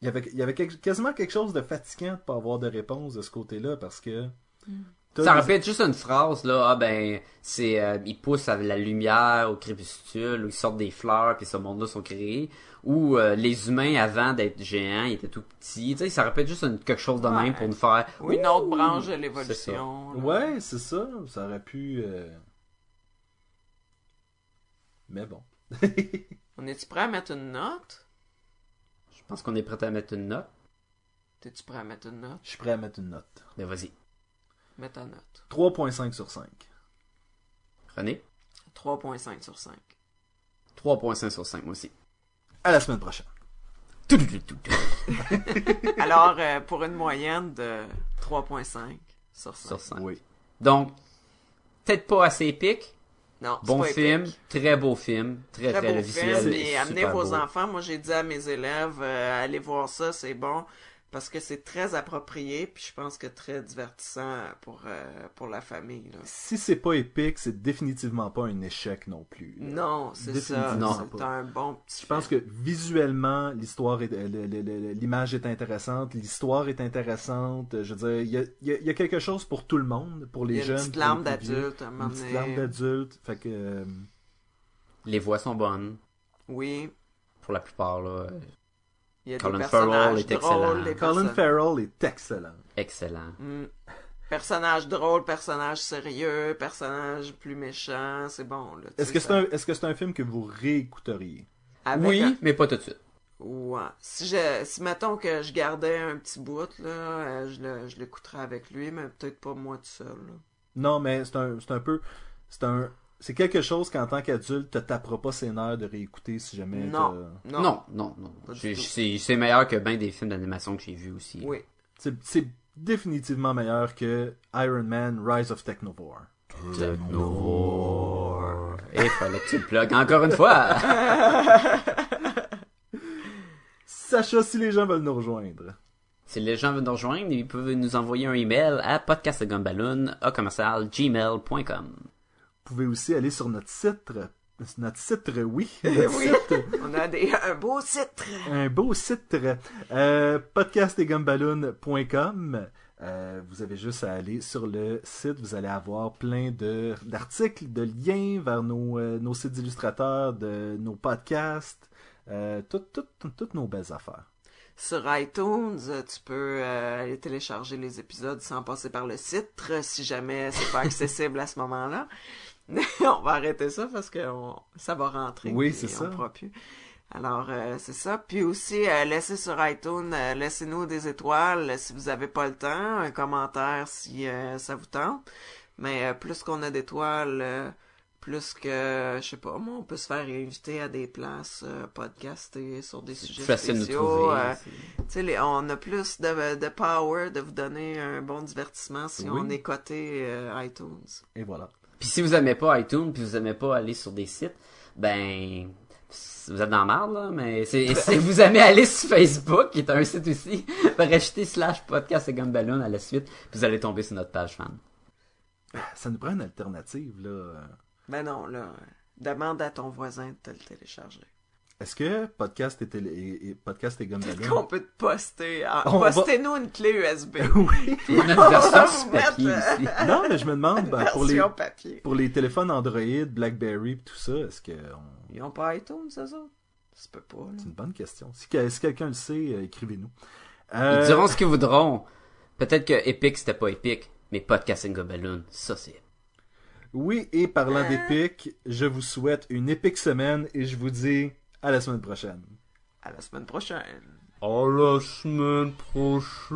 il y avait, il y avait quelque- quasiment quelque chose de fatigant de ne pas avoir de réponse de ce côté-là, parce que... t'as Hmm. Ça des- répète juste une phrase, là, ah ben, c'est, euh, ils poussent à la lumière au crépuscule, ou ils sortent des fleurs, puis ce monde-là sont créés, ou euh, les humains, avant d'être géants, ils étaient tout petits, tu sais, ça répète juste une- quelque chose de Ouais. même pour nous faire... Ou une autre Ouh! branche de C'est ça. l'évolution. là. Ouais, c'est ça. Ça aurait pu. euh, Mais bon. On est-tu prêt à mettre une note? Je pense qu'on est prêt à mettre une note, T'es-tu prêt à mettre une note? Je suis prêt à mettre une note. ben vas-y, Mets ta note. 3.5 sur 5. René, 3.5 sur 5. 3.5 sur 5, moi aussi. À la semaine prochaine. Tout, tout, tout, tout, tout, Alors, euh, pour une moyenne de 3.5 sur 5. sur 5. Oui. Donc, peut-être pas assez épique, Non, c'est bon pas film, épique. très beau film, très, Très très, beau le film, visuel est et amenez super vos beau. enfants. Moi, j'ai dit à mes élèves, euh, allez voir ça, c'est bon, parce que c'est très approprié, puis je pense que très divertissant pour, euh, pour la famille. là. Si c'est pas épique, c'est définitivement pas un échec non plus. là. Non, c'est ça, Définitivement c'est pas. un bon petit Je pense que visuellement, l'histoire est- euh, le- le- le- l'image est intéressante, l'histoire est intéressante. euh, Je veux dire, il y a, il y a- il y a quelque chose pour tout le monde, pour les Il y a jeunes. une petite pour les larme plus vieux. d'adulte à un moment Une petite donné. larme d'adulte. Fait que. euh, Les voix sont bonnes, Oui, pour la plupart, là, il y a Colin des Farrell personnages est drôles. excellent. les Colin perso- Farrell est excellent. excellent. Mm. Personnages drôles, personnages sérieux, personnages plus méchants, c'est bon. là, tu Est-ce sais, que ça- c'est un, est-ce que c'est un film que vous réécouteriez? Avec oui, un- mais pas tout de suite. Ouais. Si je, si mettons que je gardais un petit bout, là, euh, je le, je l'écouterais avec lui, mais peut-être pas moi tout seul, là. Non, mais c'est un, c'est un peu. C'est un. C'est quelque chose qu'en tant qu'adulte, te taperas pas ses nerfs de réécouter si jamais. Non. t'as- Non. Non, non, non. Pas du J'ai- tout. C'est c'est meilleur que bien des films d'animation que j'ai vus aussi. Oui. C'est, c'est définitivement meilleur que Iron Man Rise of Technovore. Technovore. Et fallait que tu le plugues encore une fois. Sacha, si les gens veulent nous rejoindre. si les gens veulent nous rejoindre, ils peuvent nous envoyer un email à podcastgumballoon à commercial gmail.com. Vous pouvez aussi aller sur notre site. euh, Notre site, euh, oui. Eh Notre oui. site. On a des, un beau titre. un beau site. Euh, podcastdesgumballoon.com. Euh, vous avez juste à aller sur le site, vous allez avoir plein de- d'articles, de, liens vers nos, euh, nos sites illustrateurs, de nos podcasts, euh, tout- tout- tout- toutes nos belles affaires. Sur iTunes, euh, tu peux euh, aller télécharger les épisodes sans passer par le site, euh, si jamais c'est pas accessible à ce moment-là. on va arrêter ça parce que on- ça va rentrer. Oui, puis c'est on ça. pourra plus. Alors, euh, c'est ça. Puis aussi, euh, laissez sur iTunes, euh, laissez-nous des étoiles euh, si vous avez pas le temps, un commentaire si euh, ça vous tente. Mais euh, plus qu'on a d'étoiles, euh, plus que, je sais pas, moi, on peut se faire inviter à des places euh, podcasts et sur des sujets Facile de nous spéciaux. trouver. euh, c'est- tu sais, les- on a plus de, de power de vous donner un bon divertissement si Oui. on est coté euh, iTunes. Et voilà. Puis si vous aimez pas iTunes, puis vous aimez pas aller sur des sites, ben vous êtes dans la marde, là, mais c'est si vous aimez aller sur Facebook, qui est un site aussi, rachetez slash podcast et Gumballoon à la suite, puis vous allez tomber sur notre page fan. Ça nous prend une alternative, là. Ben non, là, euh, demande à ton voisin de te le télécharger. Est-ce que podcast et, télé- et- et- podcast et gomme Peut-être qu'on peut te poster. en- On va- Postez-nous une clé USB. Oui. Puis on a On une va version sur vous papier mettre, aussi. Non, mais je me demande, ben, pour, les, version papier. pour les téléphones Android, Blackberry, pis tout ça, est-ce que... on- Ils ont pas iTunes, eux autres? Ça peut pas, là. C'est une bonne question. Si, que- si quelqu'un le sait, euh, écrivez-nous. Ils Euh, diront ce qu'ils voudront. Peut-être que Epic c'était pas épique, mais podcast et Gumballoon, ça c'est. Oui, et parlant d'épique, je vous souhaite une épique semaine et je vous dis à la semaine prochaine. À la semaine prochaine. À la semaine prochaine. Touch